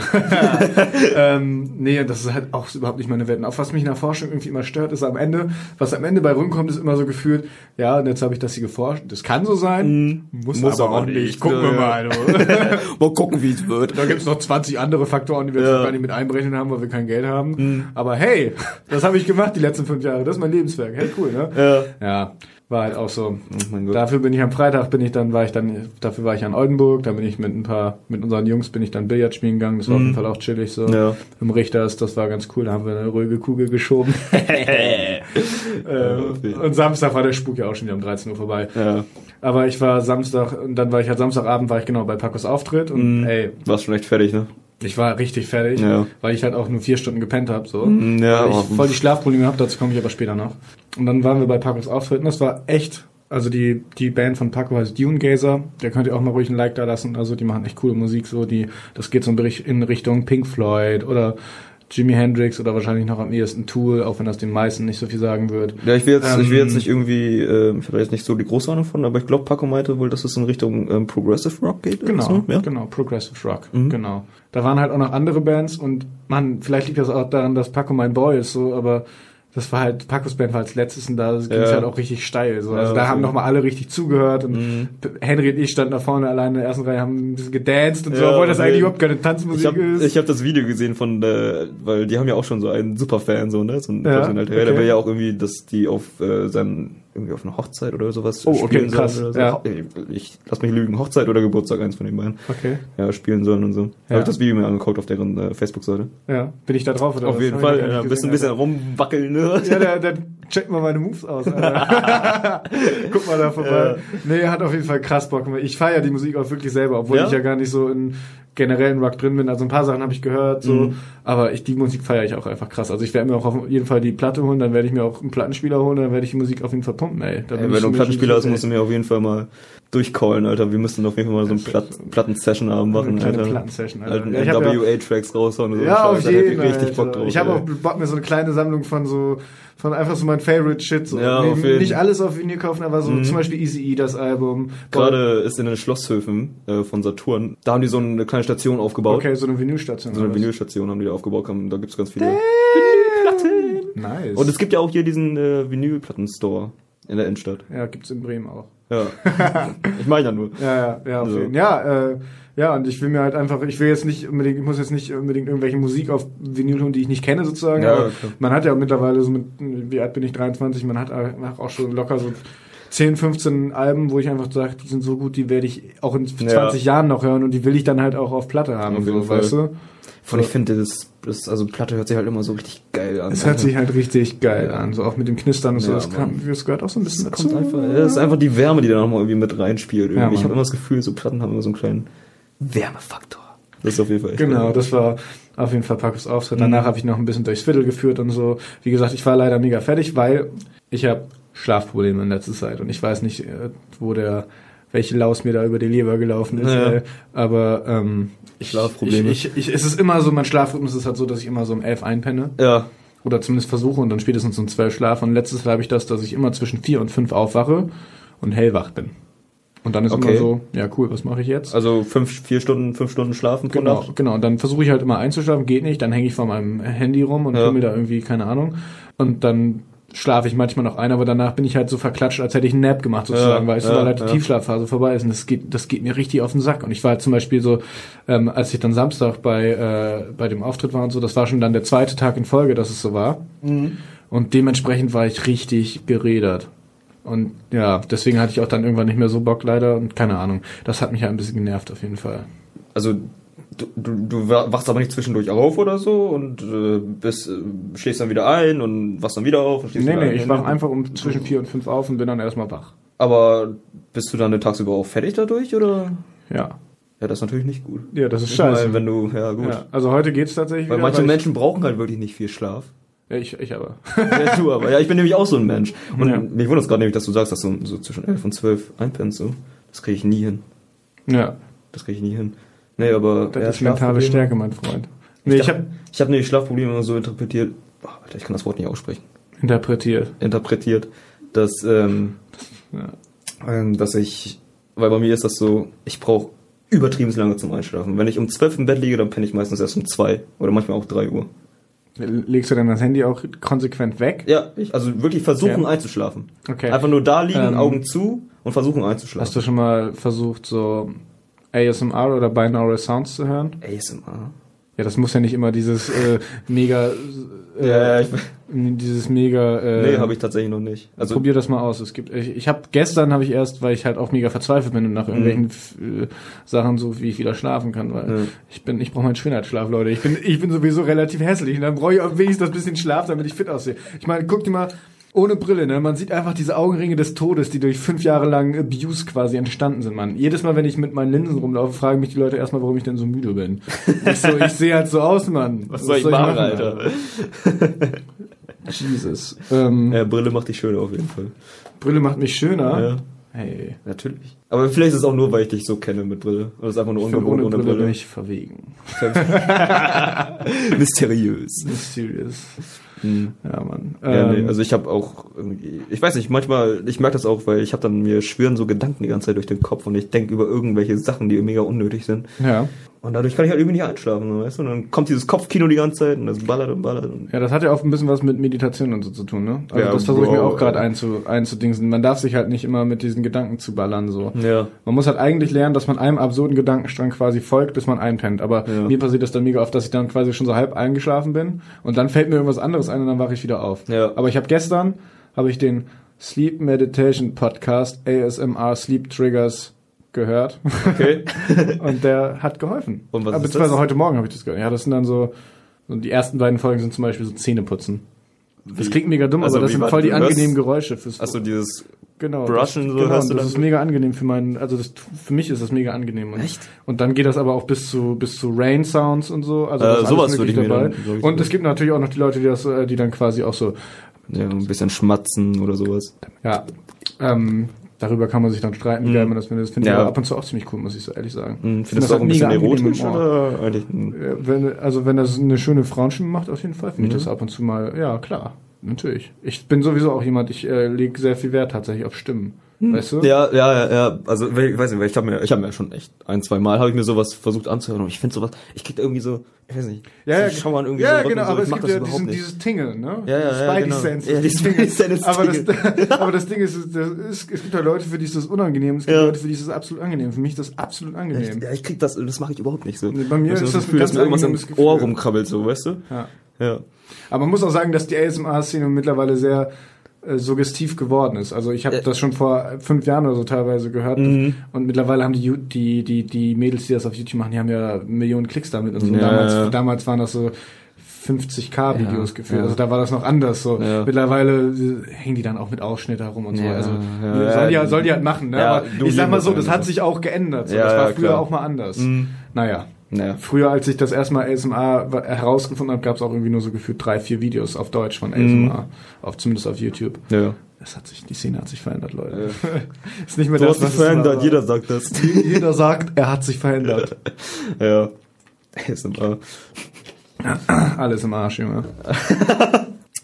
Speaker 3: ähm, nee, das ist halt auch überhaupt nicht meine Welt. Und Auch was mich in der Forschung irgendwie immer stört, ist am Ende, was am Ende bei rumkommt, ist immer so gefühlt, ja, und jetzt habe ich das hier geforscht. Das kann so sein, muss,
Speaker 2: Mhm. Muss
Speaker 3: aber
Speaker 2: aber
Speaker 3: auch nicht.
Speaker 2: nicht.
Speaker 3: Gucken
Speaker 2: Ja, ja.
Speaker 3: wir mal. du.
Speaker 2: Mal gucken, wie es wird.
Speaker 3: Da gibt's noch 20 andere Faktoren, die wir jetzt
Speaker 2: Ja. Hm.
Speaker 3: noch gar nicht mit einberechnet haben, weil wir kein Geld haben. Aber hey, das habe ich gemacht die letzten fünf Jahre. Das ist mein Lebenswerk. Hey, cool, ne? Ja. Ja, war halt auch so.
Speaker 2: Oh mein Gott.
Speaker 3: Dafür bin ich am Freitag, bin ich dann, war ich dann, dafür war ich an Oldenburg, da bin ich mit ein paar, mit unseren Jungs bin ich dann Billard spielen gegangen. Das war auf jeden Fall auch chillig so.
Speaker 2: Hm. Ja.
Speaker 3: Im Richters, das war ganz cool, da haben wir eine ruhige Kugel geschoben. ähm, und Samstag war der Spuk ja auch schon wieder um 13 Uhr vorbei.
Speaker 2: Ja.
Speaker 3: Aber ich war Samstag, und dann war ich halt Samstagabend, war ich genau bei Pacos Auftritt
Speaker 2: Hm.
Speaker 3: und ey,
Speaker 2: Warst schon echt fertig, ne?
Speaker 3: ich war richtig fertig,
Speaker 2: Ja. Mhm.
Speaker 3: weil ich halt auch nur vier Stunden gepennt habe. So.
Speaker 2: ja,
Speaker 3: weil
Speaker 2: aber-
Speaker 3: ich voll die Schlafprobleme habe, dazu komme ich aber später noch. Und dann waren wir bei Pacos Auftritten. Das war echt, also die, die Band von Paco heißt Dune Gazer. Da könnt ihr auch mal ruhig ein Like da lassen. Also die machen echt coole Musik. so die Das geht so in Bericht- in Richtung Pink Floyd oder Jimi Hendrix oder wahrscheinlich noch am ehesten Tool, auch wenn das den meisten nicht so viel sagen wird.
Speaker 2: Ja, ich will jetzt, ich will
Speaker 3: Ähm,
Speaker 2: jetzt nicht irgendwie, äh, ich habe jetzt nicht so die große Ahnung von, aber ich glaube, Paco meinte wohl, dass es in Richtung ähm, Progressive Rock geht. oder
Speaker 3: Genau,
Speaker 2: So, ne? ja? Mhm.
Speaker 3: genau, Progressive Rock, genau. Da waren halt auch noch andere Bands und man, vielleicht liegt das auch daran, dass Paco mein Boy ist, so, aber das war halt, Pacos Band war als letztes und da ging es
Speaker 2: Ja.
Speaker 3: halt auch richtig steil. So. Also
Speaker 2: Ja, Mhm.
Speaker 3: da haben
Speaker 2: so.
Speaker 3: nochmal alle richtig zugehört und P- Henry und ich standen da vorne alleine in der ersten Reihe, haben ein bisschen gedanced und so,
Speaker 2: Ja,
Speaker 3: obwohl das eigentlich
Speaker 2: nee.
Speaker 3: überhaupt keine
Speaker 2: Ich
Speaker 3: Tanzmusik
Speaker 2: habe
Speaker 3: ist.
Speaker 2: ich hab das Video gesehen von, äh, weil die haben ja auch schon so einen Superfan, so, ne? So ein
Speaker 3: Ja,
Speaker 2: ja, alter okay. Der
Speaker 3: okay.
Speaker 2: will ja auch irgendwie, dass die auf äh, seinen, irgendwie auf einer Hochzeit oder sowas
Speaker 3: Oh, okay,
Speaker 2: sollen
Speaker 3: krass,
Speaker 2: Oder so.
Speaker 3: ja.
Speaker 2: Ich, ich lass mich lügen, Hochzeit oder Geburtstag, eins von den beiden.
Speaker 3: okay,
Speaker 2: Ja, spielen sollen und so.
Speaker 3: Ja.
Speaker 2: Habe ich das Video mir angeguckt auf deren äh, Facebook-Seite.
Speaker 3: ja. Bin ich da drauf oder
Speaker 2: Auf
Speaker 3: was?
Speaker 2: jeden
Speaker 3: Hab
Speaker 2: Fall.
Speaker 3: ich noch
Speaker 2: Ja,
Speaker 3: nicht
Speaker 2: bist ein bisschen
Speaker 3: gesehen,
Speaker 2: rumwackeln, ne?
Speaker 3: Alter. Ja, dann, dann check mal meine Moves aus. Alter. Guck mal da vorbei. Nee, hat auf jeden Fall krass Bock gemacht. Ich feiere ja die Musik auch wirklich selber, obwohl
Speaker 2: Ja?
Speaker 3: ich ja gar nicht so in generellen Rock drin bin. Also ein paar Sachen habe ich gehört, so,
Speaker 2: Mhm.
Speaker 3: aber ich, die Musik feiere ich auch einfach krass. Also ich werde mir auch auf jeden Fall die Platte holen, dann werde ich mir auch einen Plattenspieler holen, dann werde ich die Musik auf jeden Fall pumpen, ey.
Speaker 2: Ey,
Speaker 3: Da bin ich
Speaker 2: wenn du einen
Speaker 3: schon
Speaker 2: Plattenspieler hast,
Speaker 3: richtig
Speaker 2: musst du mir auf jeden Fall mal durchcallen, Alter. Wir müssen auf jeden Fall mal so einen Platt, Platten-Session haben
Speaker 3: Eine
Speaker 2: machen,
Speaker 3: kleine
Speaker 2: Alter.
Speaker 3: Plattensession, Alter.
Speaker 2: Alten
Speaker 3: Ja, ich hab ja-
Speaker 2: NWA-Tracks raushauen. und So
Speaker 3: Ja, auf
Speaker 2: Scheiß, da hätte ich
Speaker 3: jeden Fall.
Speaker 2: richtig Bock drauf.
Speaker 3: ich habe auch
Speaker 2: ey.
Speaker 3: Bock mir so eine kleine Sammlung von so von einfach so mein Favorite Shit so.
Speaker 2: Ja,
Speaker 3: nee,
Speaker 2: auf jeden. Mhm.
Speaker 3: Nicht alles auf Vinyl kaufen, aber so zum Beispiel Easy E das Album.
Speaker 2: Gerade ist in den Schlosshöfen äh, von Saturn, da haben die so eine kleine Station aufgebaut.
Speaker 3: Okay, so eine Vinylstation.
Speaker 2: Oh. So eine
Speaker 3: oder was?
Speaker 2: Vinylstation haben die da aufgebaut. Haben, da gibt's ganz viele.
Speaker 3: Nice.
Speaker 2: Und es gibt ja auch hier diesen äh, Vinylplatten-Store in der Innenstadt.
Speaker 3: ja, gibt's in Bremen auch.
Speaker 2: Ja. ich meine ja nur.
Speaker 3: Ja, ja, ja, auf
Speaker 2: So.
Speaker 3: jeden. ja, äh, ja, und ich will mir halt einfach, ich will jetzt nicht unbedingt, ich muss jetzt nicht unbedingt irgendwelche Musik auf Vinyl holen, die ich nicht kenne sozusagen.
Speaker 2: Ja,
Speaker 3: aber
Speaker 2: klar.
Speaker 3: man hat ja mittlerweile so mit, wie alt bin ich, 23, man hat auch schon locker so 10, 15 Alben, wo ich einfach sage, die sind so gut, die werde ich auch in 20 Jahren noch hören und die will ich dann halt auch auf Platte haben,
Speaker 2: Auf jeden
Speaker 3: so,
Speaker 2: Fall.
Speaker 3: weißt du?
Speaker 2: Von ich finde, das, das, also Platte hört sich halt immer so richtig geil an.
Speaker 3: Es hört
Speaker 2: Alter.
Speaker 3: sich halt richtig geil an, so auch mit dem Knistern und so,
Speaker 2: Ja,
Speaker 3: das, kam, das gehört auch so ein bisschen
Speaker 2: Das
Speaker 3: dazu.
Speaker 2: kommt einfach, das ist einfach die Wärme, die da nochmal irgendwie mit reinspielt.
Speaker 3: Ja,
Speaker 2: Irgendwie. ich
Speaker 3: Mann.
Speaker 2: habe immer das Gefühl, so Platten haben immer so einen kleinen Wärmefaktor. Das ist auf jeden Fall echt
Speaker 3: Genau,
Speaker 2: geil.
Speaker 3: das war auf jeden Fall Pacos Auftritt.
Speaker 2: Mhm.
Speaker 3: Danach habe ich noch ein bisschen durchs Viertel geführt und so. Wie gesagt, ich war leider mega fertig, weil ich habe Schlafprobleme in letzter Zeit und ich weiß nicht, äh, wo der welche Laus mir da über die Leber gelaufen ist.
Speaker 2: Ja.
Speaker 3: ey. Aber ähm, ich,
Speaker 2: Schlafprobleme.
Speaker 3: Ich, ich, ich, es ist immer so, mein Schlafrhythmus ist halt so, dass ich immer so um elf einpenne
Speaker 2: Ja,
Speaker 3: oder zumindest versuche und dann spätestens um zwölf schlafe. Und letztes Mal habe ich das, dass ich immer zwischen vier und fünf aufwache und hellwach bin. Und dann ist
Speaker 2: Okay.
Speaker 3: immer so, ja cool, was mache ich jetzt?
Speaker 2: also fünf, vier Stunden, fünf Stunden schlafen pro
Speaker 3: Genau,
Speaker 2: Nacht.
Speaker 3: genau. Und dann versuche ich halt immer einzuschlafen, geht nicht, dann hänge ich vor meinem Handy rum und
Speaker 2: Ja.
Speaker 3: ja. mir da irgendwie, keine Ahnung. Und dann schlafe ich manchmal noch ein, aber danach bin ich halt so verklatscht, als hätte ich einen Nap gemacht sozusagen,
Speaker 2: Ja,
Speaker 3: weil es
Speaker 2: ja,
Speaker 3: weil halt die
Speaker 2: ja.
Speaker 3: Tiefschlafphase vorbei ist und das geht, das geht mir richtig auf den Sack. Und ich war halt zum Beispiel so, ähm, als ich dann Samstag bei, äh, bei dem Auftritt war und so, das war schon dann der
Speaker 2: Mhm.
Speaker 3: zweite Tag in Folge, dass es so war. Und dementsprechend war ich richtig geredert. Und ja, deswegen hatte ich auch dann irgendwann nicht mehr so Bock leider und keine Ahnung. Das hat mich ja ein bisschen genervt auf jeden Fall.
Speaker 2: Also du, du, du wa- wachst aber nicht zwischendurch auf oder so und äh, bist, äh, stehst dann wieder ein und wachst dann wieder auf und stehst
Speaker 3: Nee,
Speaker 2: wieder
Speaker 3: nee,
Speaker 2: ein.
Speaker 3: ich wach einfach um zwischen vier und fünf auf und bin dann erstmal wach.
Speaker 2: Aber bist du dann tagsüber auch fertig dadurch oder?
Speaker 3: Ja.
Speaker 2: Ja, das ist natürlich nicht gut.
Speaker 3: Ja, das ist
Speaker 2: Ich meine,
Speaker 3: scheiße.
Speaker 2: wenn du, ja gut.
Speaker 3: Ja, also heute geht's tatsächlich
Speaker 2: Weil
Speaker 3: wieder.
Speaker 2: manche
Speaker 3: weil
Speaker 2: Menschen brauchen halt wirklich nicht viel Schlaf.
Speaker 3: ich, ja, ich, ich aber.
Speaker 2: Ja, du aber. Ja, ich bin nämlich auch so ein Mensch. Und
Speaker 3: Ja.
Speaker 2: mich wundert es gerade nämlich, dass du sagst, dass du so zwischen 11 und 12 einpennst. So. Das kriege ich nie hin.
Speaker 3: ja,
Speaker 2: Das kriege ich nie hin. Nee, aber...
Speaker 3: das
Speaker 2: ja,
Speaker 3: ist
Speaker 2: Schlafprobleme.
Speaker 3: mentale Stärke, mein Freund. Nee, ich
Speaker 2: ich
Speaker 3: habe
Speaker 2: habe ich hab nämlich Schlafprobleme immer so interpretiert... Oh, Alter, ich kann das Wort nicht aussprechen.
Speaker 3: interpretiert.
Speaker 2: Interpretiert, dass... Ähm,
Speaker 3: Ja.
Speaker 2: ähm, dass ich... Weil bei mir ist das so, ich brauche übertrieben lange zum Einschlafen. Wenn ich um 12 im Bett liege, dann penne ich meistens erst um 2 oder manchmal auch 3 Uhr.
Speaker 3: Legst du denn das Handy auch konsequent weg?
Speaker 2: Ja, ich, also wirklich versuchen
Speaker 3: Okay.
Speaker 2: einzuschlafen.
Speaker 3: Okay.
Speaker 2: Einfach nur da liegen,
Speaker 3: Ähm,
Speaker 2: Augen zu und versuchen einzuschlafen.
Speaker 3: Hast du schon mal versucht, so ASMR oder Binaural Sounds zu hören?
Speaker 2: ASMR.
Speaker 3: Ja, das muss ja nicht immer dieses äh, mega, äh,
Speaker 2: Ja, ich,
Speaker 3: dieses mega. Äh,
Speaker 2: nee, habe ich tatsächlich noch nicht. Also
Speaker 3: Probier das mal aus. Es gibt, ich, ich habe gestern habe ich erst, weil ich halt auch mega verzweifelt bin und nach
Speaker 2: Mhm.
Speaker 3: irgendwelchen f- äh, Sachen so, wie ich wieder schlafen kann, weil
Speaker 2: Ja.
Speaker 3: ich bin, ich brauche meinen Schönheitsschlaf, Leute. Ich bin, ich bin sowieso relativ hässlich und dann brauche ich auch wenigstens das bisschen Schlaf, damit ich fit aussehe. Ich meine, guck dir mal ohne Brille, ne? Man sieht einfach diese Augenringe des Todes, die durch fünf Jahre lang Abuse quasi entstanden sind, Mann. Jedes Mal, wenn ich mit meinen Linsen rumlaufe, fragen mich die Leute erstmal, warum ich denn so müde bin. ich, so, ich sehe halt so aus, Mann.
Speaker 2: was soll ich machen, Alter?
Speaker 3: Jesus. Ähm,
Speaker 2: Ja, Brille macht dich schöner auf jeden Fall.
Speaker 3: Brille macht mich schöner.
Speaker 2: Ja.
Speaker 3: Hey.
Speaker 2: Natürlich. Aber vielleicht ist es auch nur, weil ich dich so kenne mit Brille. Oder es ist einfach nur
Speaker 3: Ich bin
Speaker 2: ungeboren
Speaker 3: ohne
Speaker 2: ohne
Speaker 3: Brille
Speaker 2: Brille.
Speaker 3: nicht verwegen.
Speaker 2: Mysteriös.
Speaker 3: Mysterious.
Speaker 2: Mhm.
Speaker 3: Ja, Mann.
Speaker 2: Ja,
Speaker 3: Ähm,
Speaker 2: nee, also ich habe auch irgendwie, ich weiß nicht, manchmal, ich merke das auch, weil ich habe dann mir schwirren so Gedanken die ganze Zeit durch den Kopf und ich denke über irgendwelche Sachen, die mega unnötig sind.
Speaker 3: ja.
Speaker 2: Und dadurch kann ich halt irgendwie nicht einschlafen, so, weißt du? Und dann kommt dieses Kopfkino die ganze Zeit und das ballert und ballert. Und
Speaker 3: ja, das hat ja auch ein bisschen was mit Meditation und so zu tun, ne? Also
Speaker 2: Ja,
Speaker 3: das versuche ich mir
Speaker 2: wow,
Speaker 3: auch gerade
Speaker 2: ey.
Speaker 3: einzu, einzudingsen. Man darf sich halt nicht immer mit diesen Gedanken zu ballern, so.
Speaker 2: ja.
Speaker 3: Man muss halt eigentlich lernen, dass man einem absurden Gedankenstrang quasi folgt, bis man einpennt. Aber
Speaker 2: Ja.
Speaker 3: mir passiert das dann mega oft, dass ich dann quasi schon so halb eingeschlafen bin und dann fällt mir irgendwas anderes ein und dann wache ich wieder auf.
Speaker 2: Ja.
Speaker 3: Aber ich habe gestern, habe ich den Sleep Meditation Podcast ASMR Sleep Triggers gehört.
Speaker 2: Okay.
Speaker 3: Und der hat geholfen.
Speaker 2: Und was ist
Speaker 3: Aber Beziehungsweise
Speaker 2: das?
Speaker 3: heute Morgen habe ich das gehört. Ja, das sind dann so, so, die ersten beiden Folgen sind zum Beispiel so Zähneputzen. Das klingt mega dumm,
Speaker 2: Also
Speaker 3: aber das
Speaker 2: wie
Speaker 3: sind
Speaker 2: war-
Speaker 3: voll die
Speaker 2: du hörst-
Speaker 3: angenehmen Geräusche fürs
Speaker 2: Achso, dieses
Speaker 3: genau,
Speaker 2: Brushen,
Speaker 3: das,
Speaker 2: so
Speaker 3: genau,
Speaker 2: hörst du
Speaker 3: das
Speaker 2: dann?
Speaker 3: ist mega angenehm für meinen, also das, für mich ist das mega angenehm. Und,
Speaker 2: Echt?
Speaker 3: Und dann geht das aber auch bis zu bis zu Rain Sounds und so, also
Speaker 2: Äh,
Speaker 3: das ist
Speaker 2: sowas
Speaker 3: alles
Speaker 2: würde ich
Speaker 3: Mögliche
Speaker 2: mir dann,
Speaker 3: dabei.
Speaker 2: glaub ich,
Speaker 3: und
Speaker 2: so-
Speaker 3: es gibt natürlich auch noch die Leute, die das äh, die dann quasi auch so
Speaker 2: Ja, ein bisschen schmatzen oder sowas.
Speaker 3: ja, ähm, darüber kann man sich dann streiten, wie
Speaker 2: Mhm.
Speaker 3: geil man das findet. Das finde ich
Speaker 2: Ja.
Speaker 3: aber ab und zu auch ziemlich cool, muss ich so ehrlich sagen.
Speaker 2: Hm,
Speaker 3: Finde
Speaker 2: Findest du auch
Speaker 3: halt
Speaker 2: ein bisschen
Speaker 3: mega angenehm
Speaker 2: erotisch
Speaker 3: im Ohr.
Speaker 2: oder eigentlich? hm,
Speaker 3: Ja, Wenn, also wenn das eine schöne Frauenstimme macht, auf jeden Fall finde
Speaker 2: Mhm.
Speaker 3: ich das ab und zu mal, ja klar, natürlich. Ich bin sowieso auch jemand, ich äh, lege sehr viel Wert tatsächlich auf Stimmen,
Speaker 2: Hm.
Speaker 3: weißt du?
Speaker 2: Ja, ja, ja, ja, also weil- ich weiß nicht, weil ich habe mir ich habe mir schon echt ein, zwei Mal habe ich mir sowas versucht anzuhören und ich finde sowas, ich krieg da irgendwie so, ich weiß nicht, so
Speaker 3: Ja,
Speaker 2: Schauern irgendwie
Speaker 3: ja
Speaker 2: so
Speaker 3: genau, aber
Speaker 2: ich
Speaker 3: es
Speaker 2: mag
Speaker 3: gibt
Speaker 2: das
Speaker 3: ja
Speaker 2: überhaupt
Speaker 3: diesen,
Speaker 2: nicht.
Speaker 3: dieses Tingle, ne?
Speaker 2: Ja, ja,
Speaker 3: Dieses
Speaker 2: ja,
Speaker 3: Spidey
Speaker 2: genau.
Speaker 3: Sense.
Speaker 2: Ja, die
Speaker 3: dieses
Speaker 2: Spidey Sense ist
Speaker 3: Aber, das,
Speaker 2: Tingle.
Speaker 3: aber das Ding ist, das ist, es gibt halt Leute, für die ist das unangenehm, es gibt
Speaker 2: Ja.
Speaker 3: Leute, für die ist das absolut angenehm. Für mich ist das absolut angenehm.
Speaker 2: ja, ich krieg das, das mache ich überhaupt nicht so.
Speaker 3: Nee, bei mir
Speaker 2: ich hab
Speaker 3: ist das ein
Speaker 2: Gefühl, dass
Speaker 3: ganz
Speaker 2: mir irgendwas im
Speaker 3: angenehmes Gefühl.
Speaker 2: Ohr rumkrabbelt, so, weißt du?
Speaker 3: Ja.
Speaker 2: Ja.
Speaker 3: Aber man muss auch sagen, dass die ASMR-Szene mittlerweile sehr äh, suggestiv geworden ist. Also ich habe
Speaker 2: Ja. Mhm.
Speaker 3: das schon vor fünf Jahren oder so teilweise gehört und mittlerweile haben die, Ju- die die die Mädels, die das auf YouTube machen, die haben ja Millionen Klicks damit und so.
Speaker 2: Ja.
Speaker 3: Damals, damals waren das so 50k Videos
Speaker 2: Ja,
Speaker 3: gefühlt.
Speaker 2: ja.
Speaker 3: Also da war das noch anders so.
Speaker 2: Ja.
Speaker 3: Mittlerweile äh, hängen die dann auch mit Ausschnitt herum und so.
Speaker 2: Ja,
Speaker 3: Also
Speaker 2: ja.
Speaker 3: soll die halt, soll die halt machen, ne?
Speaker 2: Ja,
Speaker 3: Aber
Speaker 2: du
Speaker 3: ich sag mal
Speaker 2: liebst
Speaker 3: so,
Speaker 2: das
Speaker 3: das hat
Speaker 2: einfach.
Speaker 3: sich auch geändert. So.
Speaker 2: Ja,
Speaker 3: das war
Speaker 2: ja,
Speaker 3: früher
Speaker 2: klar.
Speaker 3: auch mal anders.
Speaker 2: Mhm.
Speaker 3: Naja.
Speaker 2: Naja.
Speaker 3: Früher, als ich das erstmal ASMR wa- herausgefunden habe, gab es auch irgendwie nur so gefühlt drei, vier Videos auf Deutsch von
Speaker 2: Mhm.
Speaker 3: ASMR. Auf, zumindest auf YouTube.
Speaker 2: Ja.
Speaker 3: Das hat sich, die Szene hat sich verändert, Leute. Ist nicht mehr
Speaker 2: Äh. Du hast
Speaker 3: das,
Speaker 2: dich
Speaker 3: was es mal
Speaker 2: verändert,
Speaker 3: war.
Speaker 2: jeder sagt das.
Speaker 3: Jeder sagt, er hat sich verändert.
Speaker 2: ja. ASMR.
Speaker 3: Alles im Arsch, Junge.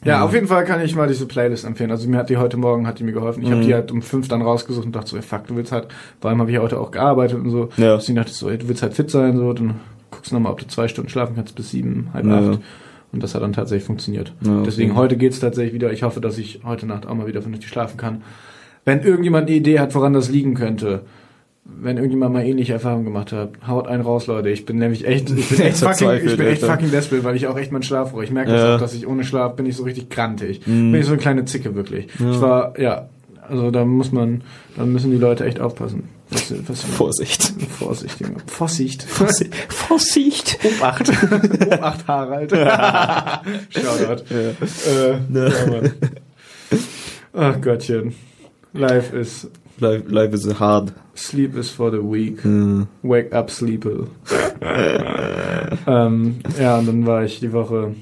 Speaker 3: Ja, auf jeden Fall kann ich mal diese Playlist empfehlen. Also mir hat die heute Morgen, hat die mir geholfen.
Speaker 2: Mhm.
Speaker 3: Ich habe die halt um fünf dann rausgesucht und dachte so, ey, fuck, du willst halt, vor allem habe ich ja heute auch gearbeitet und so.
Speaker 2: Ja.
Speaker 3: Deswegen dachte ich so, ey, du willst halt fit sein, so, dann guckst du nochmal, ob du zwei Stunden schlafen kannst bis sieben, halb
Speaker 2: Ja.
Speaker 3: acht. Und das hat dann tatsächlich funktioniert.
Speaker 2: Ja,
Speaker 3: Deswegen
Speaker 2: okay.
Speaker 3: heute geht's tatsächlich wieder. Ich hoffe, dass ich heute Nacht auch mal wieder vernünftig schlafen kann. Wenn irgendjemand eine Idee hat, woran das liegen könnte, wenn irgendjemand mal ähnliche Erfahrungen gemacht hat, haut einen raus, Leute. Ich bin nämlich echt, ich bin echt fucking, ich
Speaker 2: Verzweifelt,
Speaker 3: bin echt
Speaker 2: Alter.
Speaker 3: fucking desperate, weil ich auch echt meinen Schlaf brauche. Ich merke
Speaker 2: Ja.
Speaker 3: das auch, dass ich ohne Schlaf bin ich so richtig grantig. Bin ich so eine kleine Zicke wirklich. Ich war, ja, Also da muss man, da müssen die Leute echt aufpassen. Was, was,
Speaker 2: Vorsicht.
Speaker 3: Vorsicht, Junge. Vorsicht.
Speaker 2: Vorsicht. Vorsicht.
Speaker 3: Obacht. Obacht, Harald. Shoutout. Äh,
Speaker 2: Ne.
Speaker 3: ja, Mann. Ach Gottchen. Life is,
Speaker 2: Life, life is hard.
Speaker 3: sleep is for the weak.
Speaker 2: Äh,
Speaker 3: Wake up, Sleeple. ähm, ja, und dann war ich die Woche.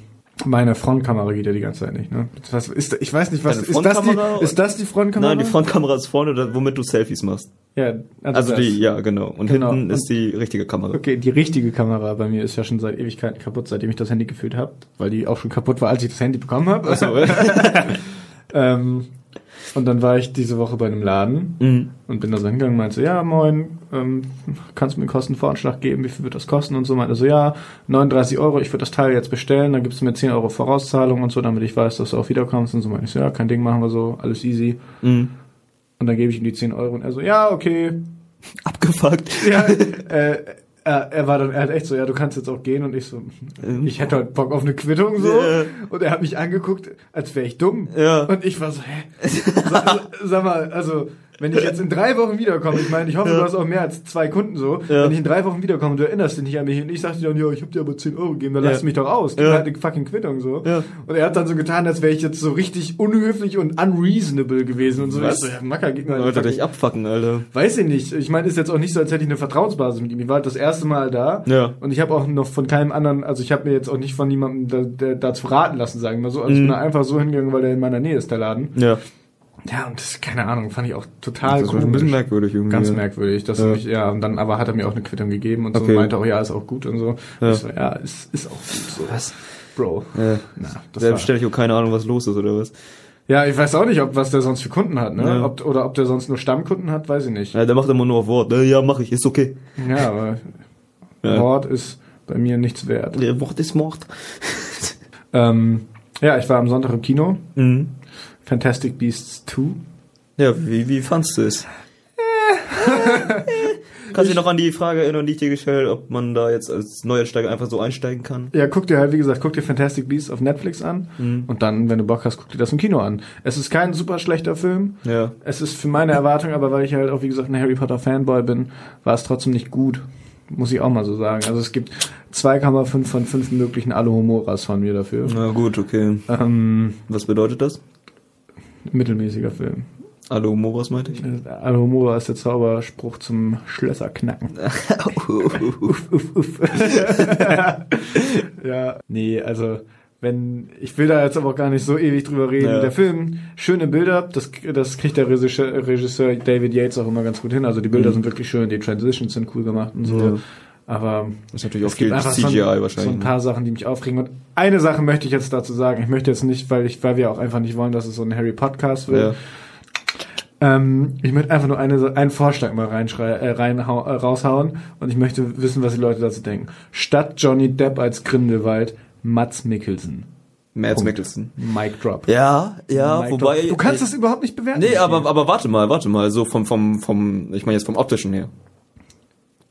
Speaker 3: Meine Frontkamera geht ja die ganze Zeit nicht, ne? Das ist, ich weiß nicht, was
Speaker 2: Deine
Speaker 3: ist das die
Speaker 2: Frontkamera?
Speaker 3: ist das die Frontkamera?
Speaker 2: Nein, die Frontkamera ist vorne, da- womit du Selfies machst.
Speaker 3: Ja,
Speaker 2: Also
Speaker 3: das.
Speaker 2: die, ja, genau. Und
Speaker 3: Genau.
Speaker 2: hinten ist die richtige Kamera.
Speaker 3: Okay, die richtige Kamera bei mir ist ja schon seit Ewigkeiten kaputt, seitdem ich das Handy gefühlt habe, weil die auch schon kaputt war, als ich das Handy bekommen habe.
Speaker 2: Also, äh,
Speaker 3: ähm, und dann war ich diese Woche bei einem Laden
Speaker 2: mhm.
Speaker 3: und bin da so hingegangen und meinte so, ja, moin, ähm, kannst du mir einen Kostenvoranschlag geben, wie viel wird das kosten und so. Meinte so, ja, 39 Euro, ich würde das Teil jetzt bestellen, dann gibst du mir 10 Euro Vorauszahlung und so, damit ich weiß, dass du auch wiederkommst und so. Meinte ich so, ja, kein Ding, machen wir so, alles easy.
Speaker 2: Mhm.
Speaker 3: Und dann gebe ich ihm die 10 Euro und er so, ja, okay.
Speaker 2: Abgefuckt.
Speaker 3: Ja, äh, er, er war dann, er hat echt so, ja, du kannst jetzt auch gehen und ich so, ich hätte heute Bock auf eine Quittung so.
Speaker 2: Ja.
Speaker 3: Und er hat mich angeguckt, als wäre ich dumm.
Speaker 2: Ja.
Speaker 3: Und ich war so, hä? sag, sag mal, also, wenn ich jetzt in drei Wochen wiederkomme, ich meine, ich hoffe, du hast auch mehr als zwei Kunden so.
Speaker 2: Ja.
Speaker 3: Wenn ich in drei Wochen wiederkomme und du erinnerst dich nicht an mich und ich sag dir dann, ja, ich hab dir aber 10 Euro gegeben, dann
Speaker 2: Ja.
Speaker 3: lass mich doch aus. Gib
Speaker 2: Ja.
Speaker 3: mir halt eine fucking Quittung so.
Speaker 2: Ja.
Speaker 3: Und er hat dann so getan, als wäre ich jetzt so richtig unhöflich und unreasonable gewesen und so.
Speaker 2: Was?
Speaker 3: Ich so, ja, Macker, gib mir eine
Speaker 2: Leute,
Speaker 3: fucking-
Speaker 2: dich abfucken, Alter.
Speaker 3: Weiß ich nicht. Ich meine, ist jetzt auch nicht so, als hätte ich eine Vertrauensbasis mit ihm. Ich war halt das erste Mal da.
Speaker 2: Ja.
Speaker 3: Und ich habe auch noch von keinem anderen, also ich habe mir jetzt auch nicht von niemandem da, der, dazu raten lassen, sagen wir so. Also ich
Speaker 2: Mhm.
Speaker 3: bin da einfach so hingegangen, weil der in meiner Nähe ist, der Laden.
Speaker 2: Ja.
Speaker 3: Ja, und das, keine Ahnung, fand ich auch total
Speaker 2: Das war schon ein bisschen merkwürdig irgendwie.
Speaker 3: Ah, Ganz merkwürdig, dass
Speaker 2: Ja.
Speaker 3: mich, ja, und dann aber hat er mir auch eine Quittung gegeben und so
Speaker 2: Okay.
Speaker 3: meinte auch, ja, ist auch gut und so.
Speaker 2: Ja.
Speaker 3: Ich so, ja, ist, ist auch gut so.
Speaker 2: Was?
Speaker 3: Bro.
Speaker 2: Ja.
Speaker 3: Na,
Speaker 2: Der bestellt ich auch keine Ahnung, was los ist oder was.
Speaker 3: ja, ich weiß auch nicht, ob was der sonst für Kunden hat, ne?
Speaker 2: Ja.
Speaker 3: Ob, oder ob der sonst nur Stammkunden hat, weiß ich nicht.
Speaker 2: Ja, der macht immer nur auf Wort. Ne? Ja, mach ich, ist okay.
Speaker 3: Ja, aber
Speaker 2: Ja.
Speaker 3: Mord ist bei mir nichts wert.
Speaker 2: Der Wort ist Mord.
Speaker 3: Ähm, ja, ich war am Sonntag im Kino.
Speaker 2: Mhm.
Speaker 3: Fantastic Beasts 2.
Speaker 2: Ja, wie, wie fandst du es? Kannst du dich noch an die Frage erinnern, die ich dir gestellt ob man da jetzt als Neuansteiger einfach so einsteigen kann?
Speaker 3: Ja, guck dir halt, wie gesagt, guck dir Fantastic Beasts auf Netflix an.
Speaker 2: Mhm.
Speaker 3: Und dann, wenn du Bock hast, guck dir das im Kino an. Es ist kein super schlechter Film.
Speaker 2: Ja.
Speaker 3: Es ist für meine Erwartung, aber weil ich halt auch, wie gesagt, ein Harry Potter Fanboy bin, war es trotzdem nicht gut. Muss ich auch mal so sagen. Also es gibt 2,5 von 5 möglichen Aluhomoras von mir dafür.
Speaker 2: Na gut, okay.
Speaker 3: Ähm,
Speaker 2: Was bedeutet das?
Speaker 3: mittelmäßiger Film.
Speaker 2: Hallo, Moras meinte ich.
Speaker 3: Äh, Alohomora ist der Zauberspruch zum Schlösserknacken. uff, uff, uff. ja, nee, also wenn ich will da jetzt aber auch gar nicht so ewig drüber reden.
Speaker 2: Ja.
Speaker 3: Der Film, schöne Bilder, das, das kriegt der Regisseur, Regisseur David Yates auch immer ganz gut hin. Also die Bilder sind wirklich schön, die Transitions sind cool gemacht und so.
Speaker 2: Mhm. Ja.
Speaker 3: Aber
Speaker 2: Das ist natürlich auch
Speaker 3: es gibt
Speaker 2: viel
Speaker 3: einfach
Speaker 2: CGI
Speaker 3: so ein, So
Speaker 2: wahrscheinlich. ne?
Speaker 3: ein paar Sachen, die mich aufregen. Und eine Sache möchte ich jetzt dazu sagen. Ich möchte jetzt nicht, weil ich, weil wir auch einfach nicht wollen, dass es so ein Harry Podcast wird.
Speaker 2: ne?
Speaker 3: Ähm, ich möchte einfach nur eine, Sa- einen Vorschlag mal reinschrei äh, reinhau- äh, raushauen und ich möchte wissen, was die Leute dazu denken. Statt Johnny Depp als Grindelwald, Mats Mikkelsen.
Speaker 2: ja. Mads
Speaker 3: Punkt.
Speaker 2: Mikkelsen.
Speaker 3: Mic drop.
Speaker 2: Ja, ja,
Speaker 3: Mic
Speaker 2: wobei. äh,
Speaker 3: drop. Du kannst das überhaupt nicht bewerten.
Speaker 2: Nee,
Speaker 3: Steve.
Speaker 2: aber, aber warte mal, warte mal, so vom, vom, vom, ich meine jetzt vom optischen her.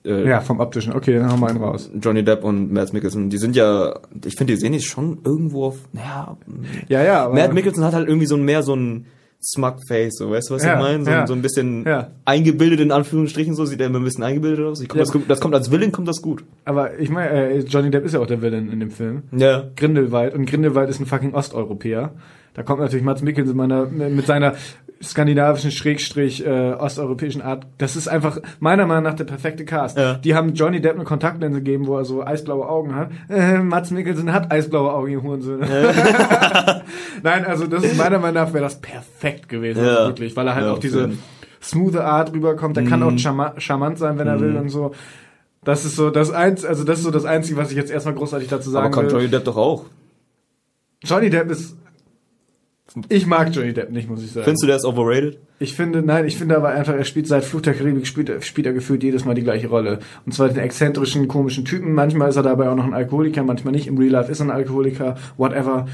Speaker 2: Äh,
Speaker 3: Ja, vom optischen. Okay, dann haben wir einen raus.
Speaker 2: Johnny Depp und Mads Mikkelsen, die sind ja, ich finde, die sehen die schon irgendwo auf, naja,
Speaker 3: Ja, ja, aber.
Speaker 2: Matt Mikkelsen hat halt irgendwie so ein mehr so ein Smug-Face, so, weißt du, was
Speaker 3: Ja,
Speaker 2: ich meine? So,
Speaker 3: ja.
Speaker 2: so ein bisschen
Speaker 3: Ja.
Speaker 2: eingebildet, in Anführungsstrichen, so sieht er immer ein bisschen eingebildet aus. Ich glaub,
Speaker 3: Ja.
Speaker 2: das, kommt- das kommt als Villain, kommt das gut.
Speaker 3: aber ich meine, äh, Johnny Depp ist ja auch der Villain in dem Film.
Speaker 2: Ja.
Speaker 3: Grindelwald und Grindelwald ist ein fucking Osteuropäer. Da kommt natürlich Mats Mikkelsen mit meiner- mit seiner skandinavischen Schrägstrich äh, osteuropäischen Art. Das ist einfach meiner Meinung nach der perfekte Cast.
Speaker 2: Ja.
Speaker 3: Die haben Johnny Depp eine Kontaktlinse gegeben, wo er so eisblaue Augen hat. Äh, Mats Mikkelsen hat eisblaue Augen, ihr Hurensöhne. Nein, also das ist meiner Meinung nach wäre das perfekt gewesen,
Speaker 2: Ja.
Speaker 3: wirklich, weil er halt
Speaker 2: Ja, Mhm.
Speaker 3: auch diese
Speaker 2: schön.
Speaker 3: smoothe Art rüberkommt. Der kann auch charma charmant sein, wenn er
Speaker 2: Mhm.
Speaker 3: will und so. Das ist so das eins, also das ist so das einzige, was ich jetzt erstmal großartig dazu
Speaker 2: Aber
Speaker 3: sagen
Speaker 2: kann
Speaker 3: will.
Speaker 2: Johnny Depp doch auch.
Speaker 3: Johnny Depp ist. Ich mag Johnny Depp nicht, muss ich sagen.
Speaker 2: Findest du, der ist overrated?
Speaker 3: Ich finde, nein, ich finde aber einfach, er spielt seit Fluch der Karibik, spielt, er- spielt er gefühlt jedes Mal die gleiche Rolle. Und zwar den exzentrischen, komischen Typen. Manchmal ist er dabei auch noch ein Alkoholiker, manchmal nicht. Im Real Life ist er ein Alkoholiker, whatever.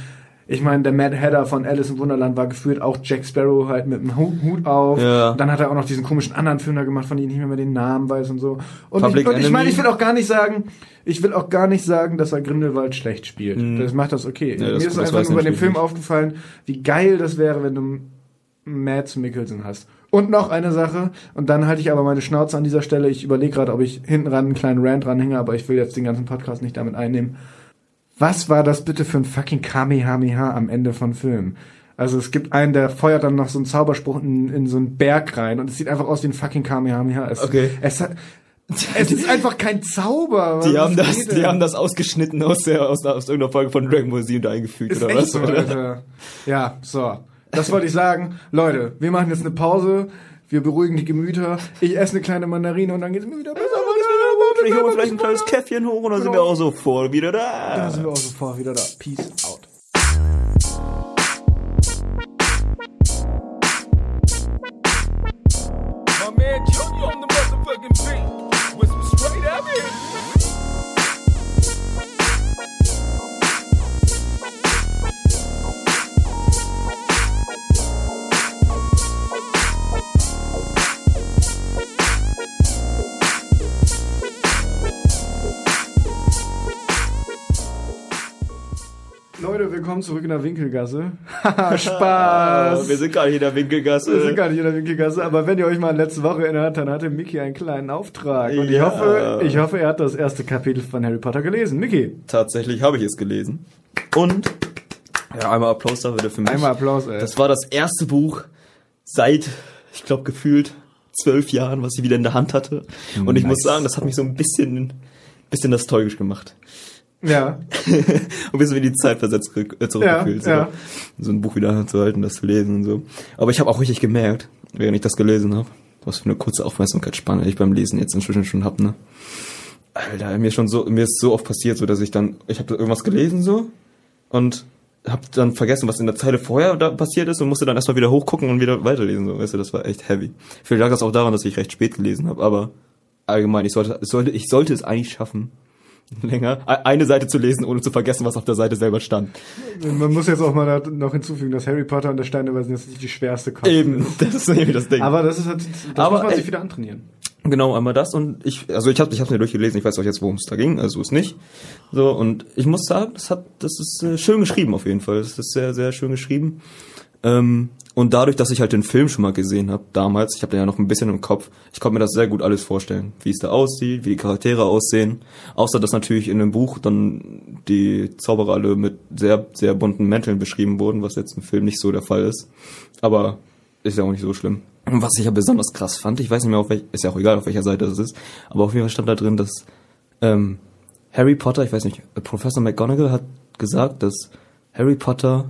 Speaker 3: Ich meine, der Mad Hatter von Alice im Wunderland war gefühlt auch Jack Sparrow halt mit dem Hu- Hut auf.
Speaker 2: Ja.
Speaker 3: Und dann hat er auch noch diesen komischen anderen Film da gemacht, von dem ich nicht mehr, mehr den Namen weiß und so. Und
Speaker 2: Public
Speaker 3: ich, und ich
Speaker 2: Enemy?
Speaker 3: meine, ich will auch gar nicht sagen, ich will auch gar nicht sagen, dass er Grindelwald schlecht
Speaker 2: Mhm.
Speaker 3: spielt. Das macht das okay.
Speaker 2: Ja,
Speaker 3: Mir
Speaker 2: das-
Speaker 3: ist
Speaker 2: das
Speaker 3: einfach
Speaker 2: weiß
Speaker 3: nur bei dem
Speaker 2: natürlich
Speaker 3: Film
Speaker 2: nicht.
Speaker 3: aufgefallen, wie geil das wäre, wenn du Mads Mikkelsen hast. Und noch eine Sache, und dann halte ich aber meine Schnauze an dieser Stelle. Ich überlege gerade, ob ich hinten ran einen kleinen Rant ranhänge, aber ich will jetzt den ganzen Podcast nicht damit einnehmen. Was war das bitte für ein fucking Kamehameha am Ende von Film? Also es gibt einen, der feuert dann noch so einen Zauberspruch in, in so einen Berg rein und es sieht einfach aus wie ein fucking Kamehameha. Es,
Speaker 2: Okay.
Speaker 3: Es, hat, es ist einfach kein Zauber.
Speaker 2: Die
Speaker 3: Was
Speaker 2: haben, das,
Speaker 3: geht denn?
Speaker 2: die haben das ausgeschnitten aus, der, aus, der, aus irgendeiner Folge von Dragon Ball Z und eingefügt,
Speaker 3: Ist
Speaker 2: oder
Speaker 3: echt
Speaker 2: was?
Speaker 3: so,
Speaker 2: oder?
Speaker 3: Alter. Ja, so. Das wollte ich sagen. Leute, wir machen jetzt eine Pause. Wir beruhigen die Gemüter. Ich esse eine kleine Mandarine und dann geht's mir wieder besser.
Speaker 2: Ich hole mir vielleicht ein kleines Käffchen hoch und dann sind wir auch sofort wieder
Speaker 3: Da
Speaker 2: da.
Speaker 3: sind wir auch sofort wieder da. Peace out.
Speaker 4: My man Junior on the motherfucking beat with some straight up hits.
Speaker 3: Leute, willkommen zurück in der Winkelgasse. Haha, Spaß.
Speaker 2: Wir sind gerade hier in der Winkelgasse.
Speaker 3: Wir sind gar nicht in der Winkelgasse, aber wenn ihr euch mal an letzte Woche erinnert, dann hatte Mickey einen kleinen Auftrag. Und ich
Speaker 2: Ja.
Speaker 3: hoffe, ich hoffe, er hat das erste Kapitel von Harry Potter gelesen. Mickey,
Speaker 2: Tatsächlich habe ich es gelesen. Und ja, einmal Applaus da bitte für mich.
Speaker 3: einmal Applaus, ey.
Speaker 2: Das war das erste Buch seit, ich glaube, gefühlt zwölf Jahren, was ich wieder in der Hand hatte. Und ich muss
Speaker 3: Nice.
Speaker 2: sagen, das hat mich so ein bisschen, bisschen nostalgisch gemacht.
Speaker 3: ja.
Speaker 2: Und ein bisschen wie die Zeit versetzt rück- äh, zurückgefühlt.
Speaker 3: Ja,
Speaker 2: so. so ein Buch wieder zu halten, das zu lesen und so. Aber ich habe auch richtig gemerkt, während ich das gelesen habe, was für eine kurze Aufmerksamkeitsspanne ich beim Lesen jetzt inzwischen schon hab, ne? Alter, mir ist schon so, mir ist so oft passiert, so dass ich dann, ich habe irgendwas gelesen so und hab dann vergessen, was in der Zeile vorher da passiert ist und musste dann erstmal wieder hochgucken und wieder weiterlesen. So, weißt du, das war echt heavy. Vielleicht lag das auch daran, dass ich recht spät gelesen habe, aber allgemein, ich sollte, ich sollte, ich sollte es eigentlich schaffen, länger e- eine Seite zu lesen, ohne zu vergessen, was auf der Seite selber stand.
Speaker 3: Man muss jetzt auch mal da- noch hinzufügen, dass Harry Potter und der Stein der Weisen jetzt nicht die schwerste Kost
Speaker 2: Eben, das ist nämlich das Ding.
Speaker 3: Aber das ist halt, das
Speaker 2: Aber,
Speaker 3: muss man
Speaker 2: ey,
Speaker 3: sich wieder antrainieren.
Speaker 2: Genau, einmal das und ich, also ich habe ich hab's mir durchgelesen, ich weiß auch jetzt, worum es da ging, also es nicht. So, und ich muss sagen, das hat, das ist äh, schön geschrieben auf jeden Fall. Das ist sehr, sehr schön geschrieben. Ähm, und dadurch, dass ich halt den Film schon mal gesehen habe damals, ich habe den ja noch ein bisschen im Kopf, ich konnte mir das sehr gut alles vorstellen, wie es da aussieht, wie die Charaktere aussehen. Außer dass natürlich in dem Buch dann die Zauberer alle mit sehr, sehr bunten Mänteln beschrieben wurden, was jetzt im Film nicht so der Fall ist. Aber ist ja auch nicht so schlimm. Und was ich ja besonders krass fand, ich weiß nicht mehr auf welch, ist ja auch egal auf welcher Seite das ist, aber auf jeden Fall stand da drin, dass ähm, Harry Potter, ich weiß nicht, äh, Professor McGonagall hat gesagt, dass Harry Potter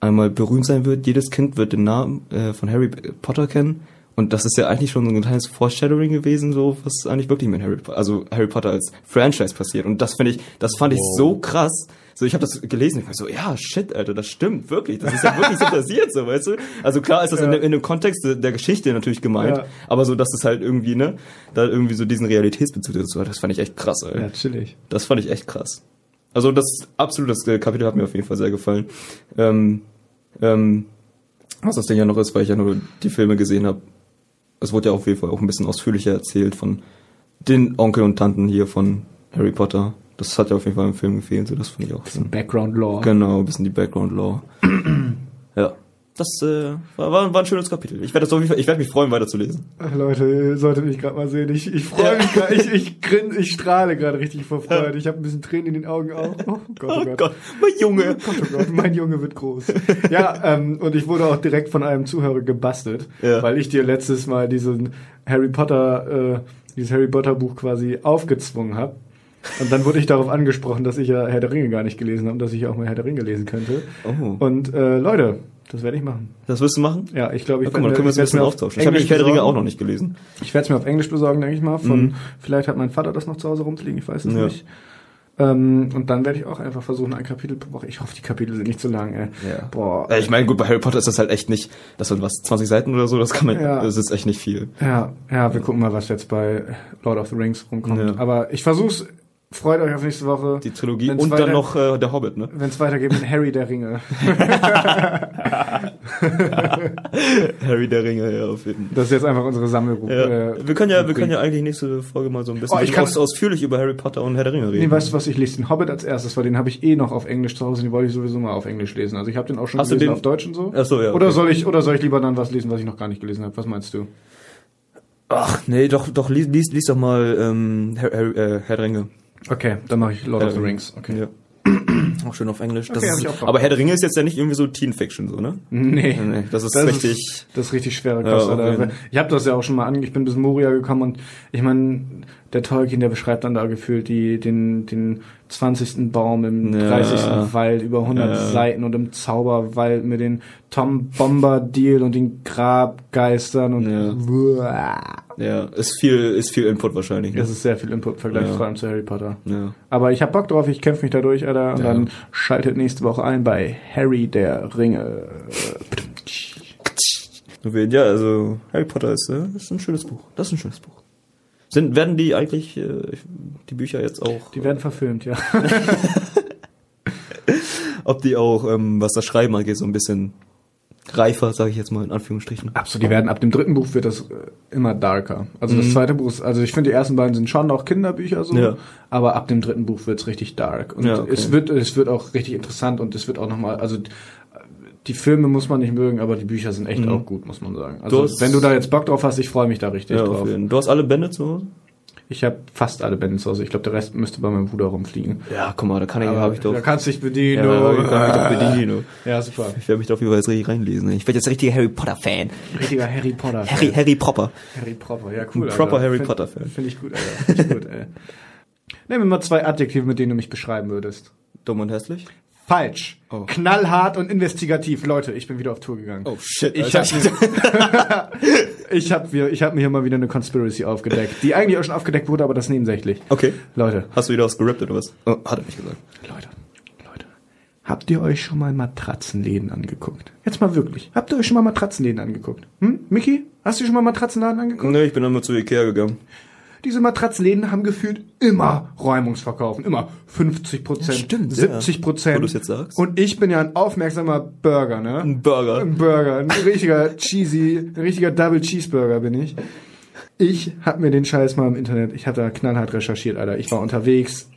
Speaker 2: einmal berühmt sein wird, jedes Kind wird den Namen äh, von Harry Potter kennen. Und das ist ja eigentlich schon so ein kleines Foreshadowing gewesen, so was eigentlich wirklich mit Harry Potter, also Harry Potter als Franchise passiert. Und das finde ich, das fand ich so krass. So, ich habe das gelesen, ich war so, ja, shit, Alter, das stimmt, wirklich. Das ist ja wirklich so passiert, so, weißt du? Also klar ist das in,
Speaker 3: Ja.
Speaker 2: dem, in dem Kontext de- der Geschichte natürlich gemeint,
Speaker 3: Ja.
Speaker 2: aber so, dass es halt irgendwie, ne, da irgendwie so diesen Realitätsbezug dazu hat, das fand ich echt krass, Alter.
Speaker 3: Ja, chillig.
Speaker 2: Das fand ich echt krass. Also das absolut das äh, Kapitel hat mir auf jeden Fall sehr gefallen. Ähm, ähm, was das Ding ja noch ist, weil ich ja nur die Filme gesehen habe. Es wurde ja auf jeden Fall auch ein bisschen ausführlicher erzählt von den Onkel und Tanten hier von Harry Potter. Das hat ja auf jeden Fall im Film gefehlt, so das fand ich auch.
Speaker 3: Background Lore.
Speaker 2: Genau, ein bisschen die Background Lore. ja. Das äh, war, war, war ein schönes Kapitel. Ich werde das auf jeden Fall, ich werde mich freuen, weiterzulesen.
Speaker 3: Ach, Leute, ihr solltet mich gerade mal sehen. Ich, ich freue mich gerade. Ich, ich grinse, ich strahle gerade richtig vor Freude. Ich habe ein bisschen Tränen in den Augen auch. Oh Gott, oh Gott.
Speaker 2: mein Junge.
Speaker 3: Gott, oh Gott, mein Junge wird groß. Ja, ähm, und ich wurde auch direkt von einem Zuhörer gebastelt,
Speaker 2: Ja.
Speaker 3: weil ich dir letztes Mal diesen Harry Potter, äh, dieses Harry Potter Buch quasi aufgezwungen habe. Und dann wurde ich darauf angesprochen, dass ich ja Herr der Ringe gar nicht gelesen habe und dass ich auch mal Herr der Ringe lesen könnte.
Speaker 2: Oh.
Speaker 3: Und äh, Leute, das werde ich machen.
Speaker 2: Das wirst du machen?
Speaker 3: Ja, ich glaube, ich
Speaker 2: Ja, guck mal, dann
Speaker 3: werd-
Speaker 2: können wir uns ein
Speaker 3: ich werd's
Speaker 2: bisschen
Speaker 3: mir auf
Speaker 2: austauschen. Ich habe
Speaker 3: Englisch
Speaker 2: die Herr der Ringe
Speaker 3: besorgen.
Speaker 2: auch noch nicht gelesen.
Speaker 3: Ich werde es mir auf Englisch besorgen, denke ich mal. Von, Vielleicht hat mein Vater das noch zu Hause rumfliegen, ich weiß es
Speaker 2: Mhm. Ja.
Speaker 3: nicht. Ähm, und dann werde ich auch einfach versuchen, ein Kapitel pro Woche. Ich hoffe, die Kapitel sind nicht zu lang, ey. Boah.
Speaker 2: Ja, Äh, Ich meine, gut, bei Harry Potter ist das halt echt nicht, das sind was, 20 Seiten oder so, das kann man,
Speaker 3: Ja.
Speaker 2: das ist echt nicht viel.
Speaker 3: Ja, ja, wir gucken mal, was jetzt bei Lord of the Rings rumkommt.
Speaker 2: Ja.
Speaker 3: Aber ich versuch's Freut euch auf nächste Woche.
Speaker 2: Die Trilogie
Speaker 3: Wenn's
Speaker 2: und
Speaker 3: weiter-
Speaker 2: dann noch äh, der Hobbit, ne?
Speaker 3: Wenn es weitergeht mit Harry der Ringe.
Speaker 2: Harry der Ringe, ja, auf jeden Fall.
Speaker 3: Das ist jetzt einfach unsere Sammelrubrik.
Speaker 2: Ja.
Speaker 3: Äh,
Speaker 2: wir können ja, wir können ja eigentlich nächste Folge mal so ein bisschen
Speaker 3: Oh, ich kann-
Speaker 2: aus, ausführlich über Harry Potter und Herr der Ringe reden.
Speaker 3: Nee, weißt du was, ich lese den Hobbit als erstes, weil den habe ich eh noch auf Englisch zu Hause, den wollte ich sowieso mal auf Englisch lesen. Also ich habe den auch schon
Speaker 2: Hast du
Speaker 3: gelesen
Speaker 2: den-
Speaker 3: auf Deutsch und so.
Speaker 2: Ach so, ja,
Speaker 3: Oder
Speaker 2: okay.
Speaker 3: soll ich oder soll ich lieber dann was lesen, was ich noch gar nicht gelesen habe? Was meinst du?
Speaker 2: Ach, nee, doch, doch, lies, lies, lies doch mal ähm, Herr, Herr, äh, Herr der Ringe.
Speaker 3: Okay, dann mache ich Lord of the
Speaker 2: Ähm,
Speaker 3: Rings. Okay.
Speaker 2: Ja. Auch schön auf Englisch. Das
Speaker 3: Okay, hab
Speaker 2: ist,
Speaker 3: ich auch drauf.
Speaker 2: aber Herr der Ringe ist jetzt ja nicht irgendwie so Teen Fiction, so, ne?
Speaker 3: Nee.
Speaker 2: Nee, das ist richtig-
Speaker 3: das ist richtig schwere Kost,
Speaker 2: auf
Speaker 3: Alter.
Speaker 2: jeden.
Speaker 3: Ich habe das ja auch schon mal an. Ich bin bis Moria gekommen und ich meine, der Tolkien, der beschreibt dann da gefühlt die, den, den 20. Baum im
Speaker 2: Ja.
Speaker 3: 30. Wald über 100 Seiten und im Zauberwald mit den Tom Bombadil und den Grabgeistern und
Speaker 2: Ja.
Speaker 3: Uah.
Speaker 2: Ja, ist viel, ist viel Input wahrscheinlich. Ne?
Speaker 3: das ist sehr viel Input im Vergleich
Speaker 2: Ja.
Speaker 3: vor allem zu Harry Potter.
Speaker 2: Ja.
Speaker 3: Aber ich hab Bock drauf, ich kämpfe mich da durch, Alter. Und
Speaker 2: Ja.
Speaker 3: dann schaltet nächste Woche ein bei Harry der Ringe.
Speaker 2: Auf jeden- Ja, also Harry Potter ist, äh, ist ein schönes Buch. Das ist ein schönes Buch. Sind, werden die eigentlich, äh, ich- die Bücher jetzt auch,
Speaker 3: Die werden verfilmt, ja.
Speaker 2: ob die auch, ähm, was das Schreiben angeht, so ein bisschen reifer, sage ich jetzt mal in Anführungsstrichen.
Speaker 3: Absolut, die werden ab dem dritten Buch wird das äh, immer darker. Also das zweite Buch ist, also ich finde die ersten beiden sind schon noch Kinderbücher so,
Speaker 2: Mhm. Ja.
Speaker 3: aber ab dem dritten Buch wird's richtig dark und
Speaker 2: Ja, okay.
Speaker 3: es wird es wird auch richtig interessant und es wird auch noch mal also die Filme muss man nicht mögen, aber die Bücher sind echt auch gut, muss man sagen. Also
Speaker 2: Mhm. Du hast-
Speaker 3: wenn du da jetzt Bock drauf hast, ich freue mich da richtig
Speaker 2: Ja, auf
Speaker 3: drauf.
Speaker 2: jeden. Du hast alle Bände zu Hause?
Speaker 3: Ich habe fast alle Bands aus. Ich glaube, der Rest müsste bei meinem Bruder rumfliegen.
Speaker 2: Ja, guck mal, da kann ich, habe ich doch.
Speaker 3: Da kannst du dich bedienen. oh.
Speaker 2: ja, da kann ich doch
Speaker 3: Ja,
Speaker 2: bedienen. du.
Speaker 3: super.
Speaker 2: Ich werde mich da auf jeden Fall jetzt richtig reinlesen. ey. Ich werde jetzt richtiger Harry Potter Fan.
Speaker 3: Richtiger Harry Potter.
Speaker 2: Harry, Harry Popper.
Speaker 3: Harry Proper, ja cool.
Speaker 2: Ein proper Harry
Speaker 3: Find-
Speaker 2: Potter-Fan.
Speaker 3: Finde ich gut, Alter. Find ich gut, ey. Nimm mir mal zwei Adjektive, mit denen du mich beschreiben würdest.
Speaker 2: Dumm und hässlich?
Speaker 3: Falsch.
Speaker 2: Oh.
Speaker 3: Knallhart und investigativ. Leute, ich bin wieder auf Tour gegangen.
Speaker 2: shit,
Speaker 3: Ich habe ich hab mir, ich hab mir hier mal wieder eine Conspiracy aufgedeckt, die eigentlich auch schon aufgedeckt wurde, aber das ist nebensächlich.
Speaker 2: Okay.
Speaker 3: Leute,
Speaker 2: Hast du wieder was gerappt oder was? Oh, hat er nicht gesagt.
Speaker 3: Leute, Leute, habt ihr euch schon mal Matratzenläden angeguckt? Jetzt mal wirklich. Habt ihr euch schon mal Matratzenläden angeguckt? Hm? Mickey, hast du schon mal Matratzenladen angeguckt?
Speaker 2: Nee, ich bin dann mal zu Ikea gegangen.
Speaker 3: Diese Matratzenläden haben gefühlt immer Räumungsverkaufen. Immer 50 Prozent,
Speaker 2: Stimmt, ja.
Speaker 3: 70 Prozent.
Speaker 2: Wo du's jetzt sagst.
Speaker 3: Und ich bin ja ein aufmerksamer Burger, ne?
Speaker 2: Ein Burger.
Speaker 3: Ein Burger. Ein richtiger cheesy, ein richtiger Double Cheeseburger bin ich. Ich hab mir den Scheiß mal im Internet, ich hab da knallhart recherchiert, Alter. Ich war unterwegs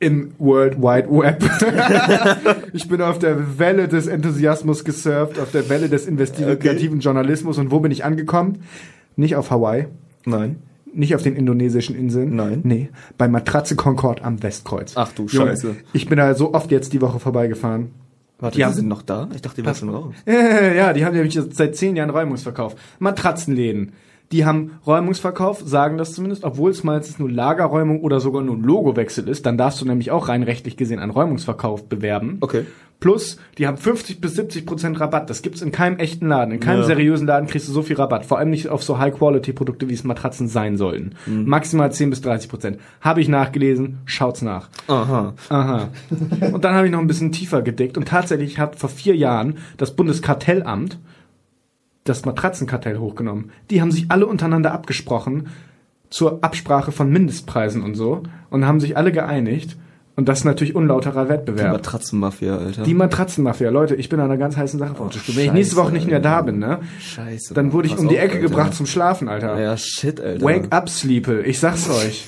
Speaker 3: im World Wide Web. ich bin auf der Welle des Enthusiasmus gesurft, auf der Welle des investigativen Journalismus. Und wo bin ich angekommen? Nicht auf Hawaii.
Speaker 2: Nein.
Speaker 3: Nicht auf den indonesischen Inseln.
Speaker 2: Nein.
Speaker 3: Nee, bei Matratze Concord am Westkreuz.
Speaker 2: Ach du
Speaker 3: Junge,
Speaker 2: Scheiße.
Speaker 3: Ich bin da so oft jetzt die Woche vorbeigefahren.
Speaker 2: Warte,
Speaker 3: Ja.
Speaker 2: die sind noch da? Ich dachte, die waren schon raus.
Speaker 3: Äh, ja, die haben nämlich seit zehn Jahren Räumungsverkauf. Matratzenläden. Die haben Räumungsverkauf, sagen das zumindest, obwohl es meistens nur Lagerräumung oder sogar nur ein Logowechsel ist. Dann darfst du nämlich auch rein rechtlich gesehen einen Räumungsverkauf bewerben.
Speaker 2: Okay.
Speaker 3: Plus, die haben 50 bis 70 Prozent Rabatt. Das gibt's in keinem echten Laden. In keinem
Speaker 2: Ja.
Speaker 3: seriösen Laden kriegst du so viel Rabatt. Vor allem nicht auf so High-Quality-Produkte, wie es Matratzen sein sollten.
Speaker 2: Mhm.
Speaker 3: Maximal 10 bis 30 Prozent. Habe ich nachgelesen. Schaut's nach.
Speaker 2: Aha.
Speaker 3: Aha. Und dann habe ich noch ein bisschen tiefer gedickt und tatsächlich hat vor vier Jahren das Bundeskartellamt das Matratzenkartell hochgenommen. Die haben sich alle untereinander abgesprochen zur Absprache von Mindestpreisen und so und haben sich alle geeinigt. Und das ist natürlich unlauterer Wettbewerb.
Speaker 2: Matratzenmafia, Alter.
Speaker 3: Die Matratzenmafia, Leute, ich bin an einer ganz heißen Sache verunsichert. Wenn ich nächste
Speaker 2: Oh, Scheiße,
Speaker 3: Woche nicht mehr da bin, ne?
Speaker 2: Scheiße.
Speaker 3: Dann wurde ich
Speaker 2: Pass
Speaker 3: um die
Speaker 2: auf,
Speaker 3: Ecke
Speaker 2: Alter. Ah,
Speaker 3: gebracht zum Schlafen, Alter.
Speaker 2: Ja, shit, Alter.
Speaker 3: Wake up, Sleeple. Ich sag's euch.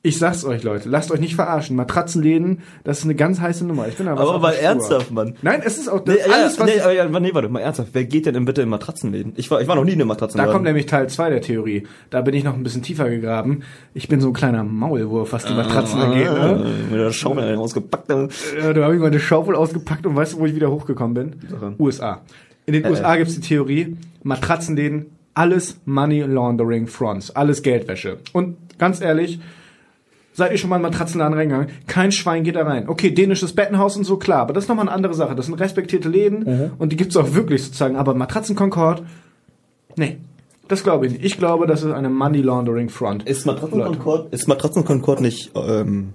Speaker 3: Ich sag's euch, Leute. Lasst euch nicht verarschen. Matratzenläden, das ist eine ganz heiße Nummer. Ich bin da was
Speaker 2: Aber
Speaker 3: auf
Speaker 2: mal
Speaker 3: der Spur.
Speaker 2: ernsthaft, Mann.
Speaker 3: Nein, es ist auch das,
Speaker 2: Nee,
Speaker 3: Ah, alles,
Speaker 2: alles,
Speaker 3: was...
Speaker 2: nee,
Speaker 3: ich,
Speaker 2: aber ja, nee, warte mal ernsthaft. Wer geht denn denn bitte in Matratzenläden? Ich war, ich war noch nie in einem
Speaker 3: da
Speaker 2: Matratzenladen.
Speaker 3: kommt nämlich Teil 2 der Theorie. Da bin ich noch ein bisschen tiefer gegraben. Ich bin so ein kleiner Maulwurf, was die Matratzen angeht. Ne?
Speaker 2: Äh, Mit der Schaufel einen rausgepackt. dann-
Speaker 3: Ja, da Äh, habe ich meine Schaufel ausgepackt und weißt du, wo ich wieder hochgekommen bin?
Speaker 2: Sache.
Speaker 3: USA. In den USA gibt's die Theorie, Matratzenläden, alles Money Laundering Fronts, alles Geldwäsche. Und ganz ehrlich, seid ihr schon mal in Matratzenladen reingegangen? Kein Schwein geht da rein. Okay, dänisches Bettenhaus und so, klar, aber das ist nochmal eine andere Sache. Das sind respektierte Läden und die gibt's auch wirklich sozusagen. Aber Matratzen Concord, nee, das glaube ich nicht. Ich glaube, das ist eine Money Laundering Front.
Speaker 2: Ist Matratzenkonkord, ist Matratzenkonkord nicht, ähm,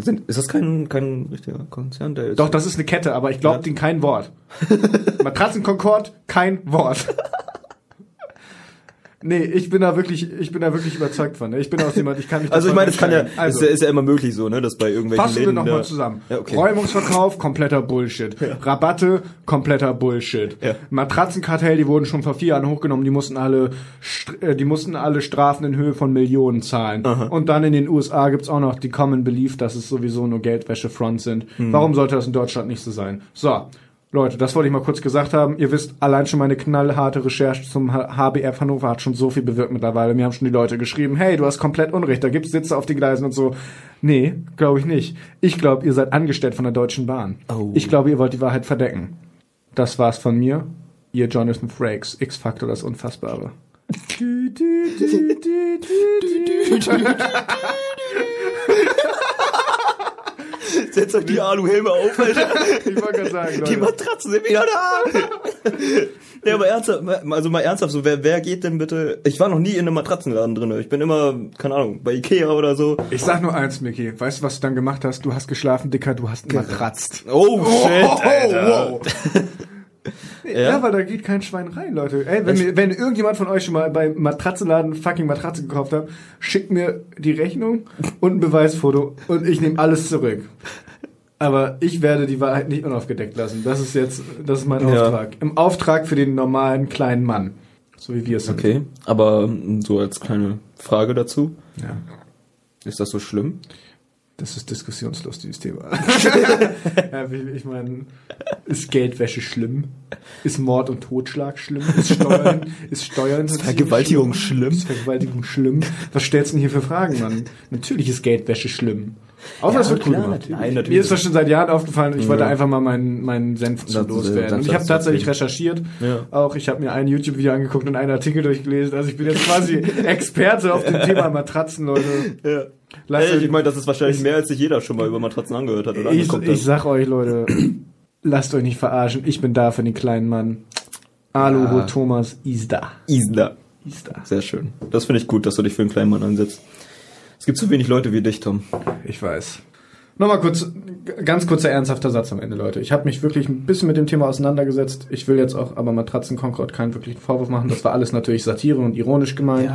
Speaker 2: sind, ist das kein, kein richtiger Konzern, der jetzt
Speaker 3: Doch, das ist eine Kette, aber ich glaube denen kein Wort. Matratzen Concord, kein Wort. Nee, ich bin da wirklich, ich bin da wirklich überzeugt von. ne? Ich bin auch jemand, ich kann mich
Speaker 2: Also ich
Speaker 3: davon
Speaker 2: meine, es kann ja,
Speaker 3: abschneiden. also,
Speaker 2: ist ja, ist ja immer möglich so, ne, dass bei irgendwelchen
Speaker 3: Fassen wir
Speaker 2: Läden
Speaker 3: nochmal
Speaker 2: da-
Speaker 3: zusammen.
Speaker 2: Ja, okay.
Speaker 3: Räumungsverkauf, kompletter Bullshit. Rabatte, kompletter Bullshit.
Speaker 2: Ja.
Speaker 3: Matratzenkartell, die wurden schon vor vier Jahren hochgenommen, die mussten alle, Str- äh, die mussten alle Strafen in Höhe von Millionen zahlen. Und dann in den USA gibt's auch noch die Common Belief, dass es sowieso nur Geldwäsche-Front sind. Warum sollte das in Deutschland nicht so sein? So. Leute, das wollte ich mal kurz gesagt haben. Ihr wisst, allein schon meine knallharte Recherche zum H- HBF Hannover hat schon so viel bewirkt mittlerweile. Mir haben schon die Leute geschrieben, hey, du hast komplett Unrecht, da gibt's Sitze auf den Gleisen und so. Nee, glaube ich nicht. Ich glaube, ihr seid angestellt von der Deutschen Bahn.
Speaker 2: Oh.
Speaker 3: Ich glaube, ihr wollt die Wahrheit verdecken. Das war's von mir. Ihr Jonathan Frakes, X-Factor, das Unfassbare.
Speaker 2: Setzt euch die Aluhelme auf, Alter.
Speaker 3: Ich wollte gerade sagen,
Speaker 2: Die
Speaker 3: Leute.
Speaker 2: Matratzen sind wieder da. ja, aber ernsthaft, mal- also mal ernsthaft, so wer, wer geht denn bitte? Ich war noch nie in einem Matratzenladen drinne. Ich bin immer, keine Ahnung, bei Ikea oder so.
Speaker 3: Ich sag nur eins, Mickey. Weißt du, was du dann gemacht hast? Du hast geschlafen, Dicker, du hast matratzt.
Speaker 2: Oh, shit,
Speaker 3: wow. ja?
Speaker 2: Ja?
Speaker 3: weil da geht kein Schwein rein, Leute. Ey, wenn, mir, wenn irgendjemand von euch schon mal beim Matratzenladen fucking Matratze gekauft hat, schickt mir die Rechnung und ein Beweisfoto und ich nehme alles zurück. Aber ich werde die Wahrheit nicht unaufgedeckt lassen. Das ist jetzt, das ist mein
Speaker 2: Ja.
Speaker 3: Auftrag. Im Auftrag für den normalen kleinen Mann. So wie wir es sind.
Speaker 2: Okay, aber ähm, so als kleine Frage dazu.
Speaker 3: Ja.
Speaker 2: Ist das so schlimm?
Speaker 3: Das ist diskussionslos, dieses Thema. ja, ich ich meine, ist Geldwäsche schlimm? Ist Mord und Totschlag schlimm? Ist Steuern, ist Steuern ist
Speaker 2: Vergewaltigung schlimm?
Speaker 3: Ist Vergewaltigung schlimm? Was stellst du denn hier für Fragen, Mann? Natürlich ist Geldwäsche schlimm. Außer
Speaker 2: Ja,
Speaker 3: es wird cool
Speaker 2: klar,
Speaker 3: gemacht.
Speaker 2: natürlich. Nein, natürlich.
Speaker 3: Mir ist das schon seit Jahren aufgefallen und ich wollte einfach mal meinen, meinen Senf zu
Speaker 2: Das- äh, das-
Speaker 3: loswerden. Und ich habe
Speaker 2: das-
Speaker 3: tatsächlich recherchiert.
Speaker 2: Ja.
Speaker 3: Auch ich habe mir ein YouTube-Video angeguckt und einen Artikel durchgelesen. Also ich bin jetzt quasi Experte auf dem Thema Matratzen, Leute.
Speaker 2: Ja.
Speaker 3: Lasst
Speaker 2: Ey,
Speaker 3: euch-
Speaker 2: ich meine, das ist wahrscheinlich mehr, als sich jeder schon mal über Matratzen angehört hat oder
Speaker 3: Ich,
Speaker 2: angeguckt
Speaker 3: ich
Speaker 2: hat.
Speaker 3: sag euch, Leute, lasst euch nicht verarschen. Ich bin da für den kleinen Mann. Aluhut Thomas ist da.
Speaker 2: Isla.
Speaker 3: Ist da.
Speaker 2: Sehr schön. Das finde ich gut, dass du dich für einen kleinen Mann einsetzt. Es gibt zu wenig Leute wie dich, Tom.
Speaker 3: Ich weiß. Nochmal kurz, g- ganz kurzer ernsthafter Satz am Ende, Leute. Ich habe mich wirklich ein bisschen mit dem Thema auseinandergesetzt. Ich will jetzt auch aber Matratzen Concord keinen wirklichen Vorwurf machen. Das war alles natürlich Satire und ironisch gemeint.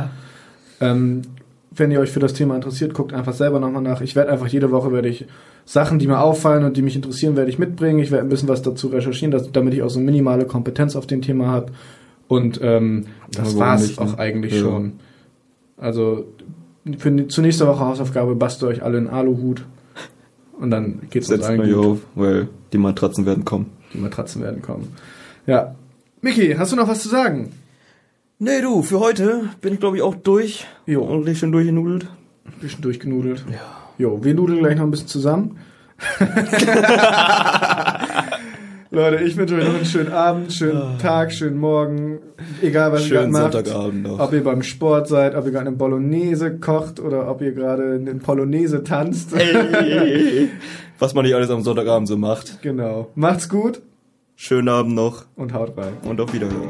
Speaker 3: Ähm, wenn ihr euch für das Thema interessiert, guckt einfach selber nochmal nach. Ich werde einfach jede Woche werde ich Sachen, die mir auffallen und die mich interessieren, werde ich mitbringen. Ich werde ein bisschen was dazu recherchieren, dass, damit ich auch so minimale Kompetenz auf dem Thema habe. Und ähm, das
Speaker 2: warum
Speaker 3: war's
Speaker 2: nicht, ne?
Speaker 3: auch eigentlich
Speaker 2: Ja.
Speaker 3: schon. Also für die, zur nächsten Woche Hausaufgabe bastelt euch alle einen Aluhut und dann geht's uns
Speaker 2: Setzt
Speaker 3: allen
Speaker 2: mal hier
Speaker 3: gut.
Speaker 2: auf, weil die Matratzen werden kommen.
Speaker 3: Die Matratzen werden kommen. Ja. Micky, hast du noch was zu sagen?
Speaker 2: Nee, du, für heute bin ich, glaube ich, auch durch.
Speaker 3: Jo.
Speaker 2: Ordentlich schon durchgenudelt.
Speaker 3: Ein bisschen durchgenudelt. Ja. Jo, wir nudeln gleich noch ein bisschen zusammen. Leute, ich wünsche euch noch einen schönen Abend, schönen Tag, schönen Morgen. Egal, was ihr
Speaker 2: Ah. Schönen
Speaker 3: gerade macht.
Speaker 2: Sonntagabend noch.
Speaker 3: Ob ihr beim Sport seid, ob ihr gerade eine Bolognese kocht oder ob ihr gerade eine Polonaise tanzt.
Speaker 2: Ey, was man nicht alles am Sonntagabend so macht.
Speaker 3: Genau. Macht's gut
Speaker 2: Schönen Abend noch
Speaker 3: und haut rein.
Speaker 2: und auf Wiederhören.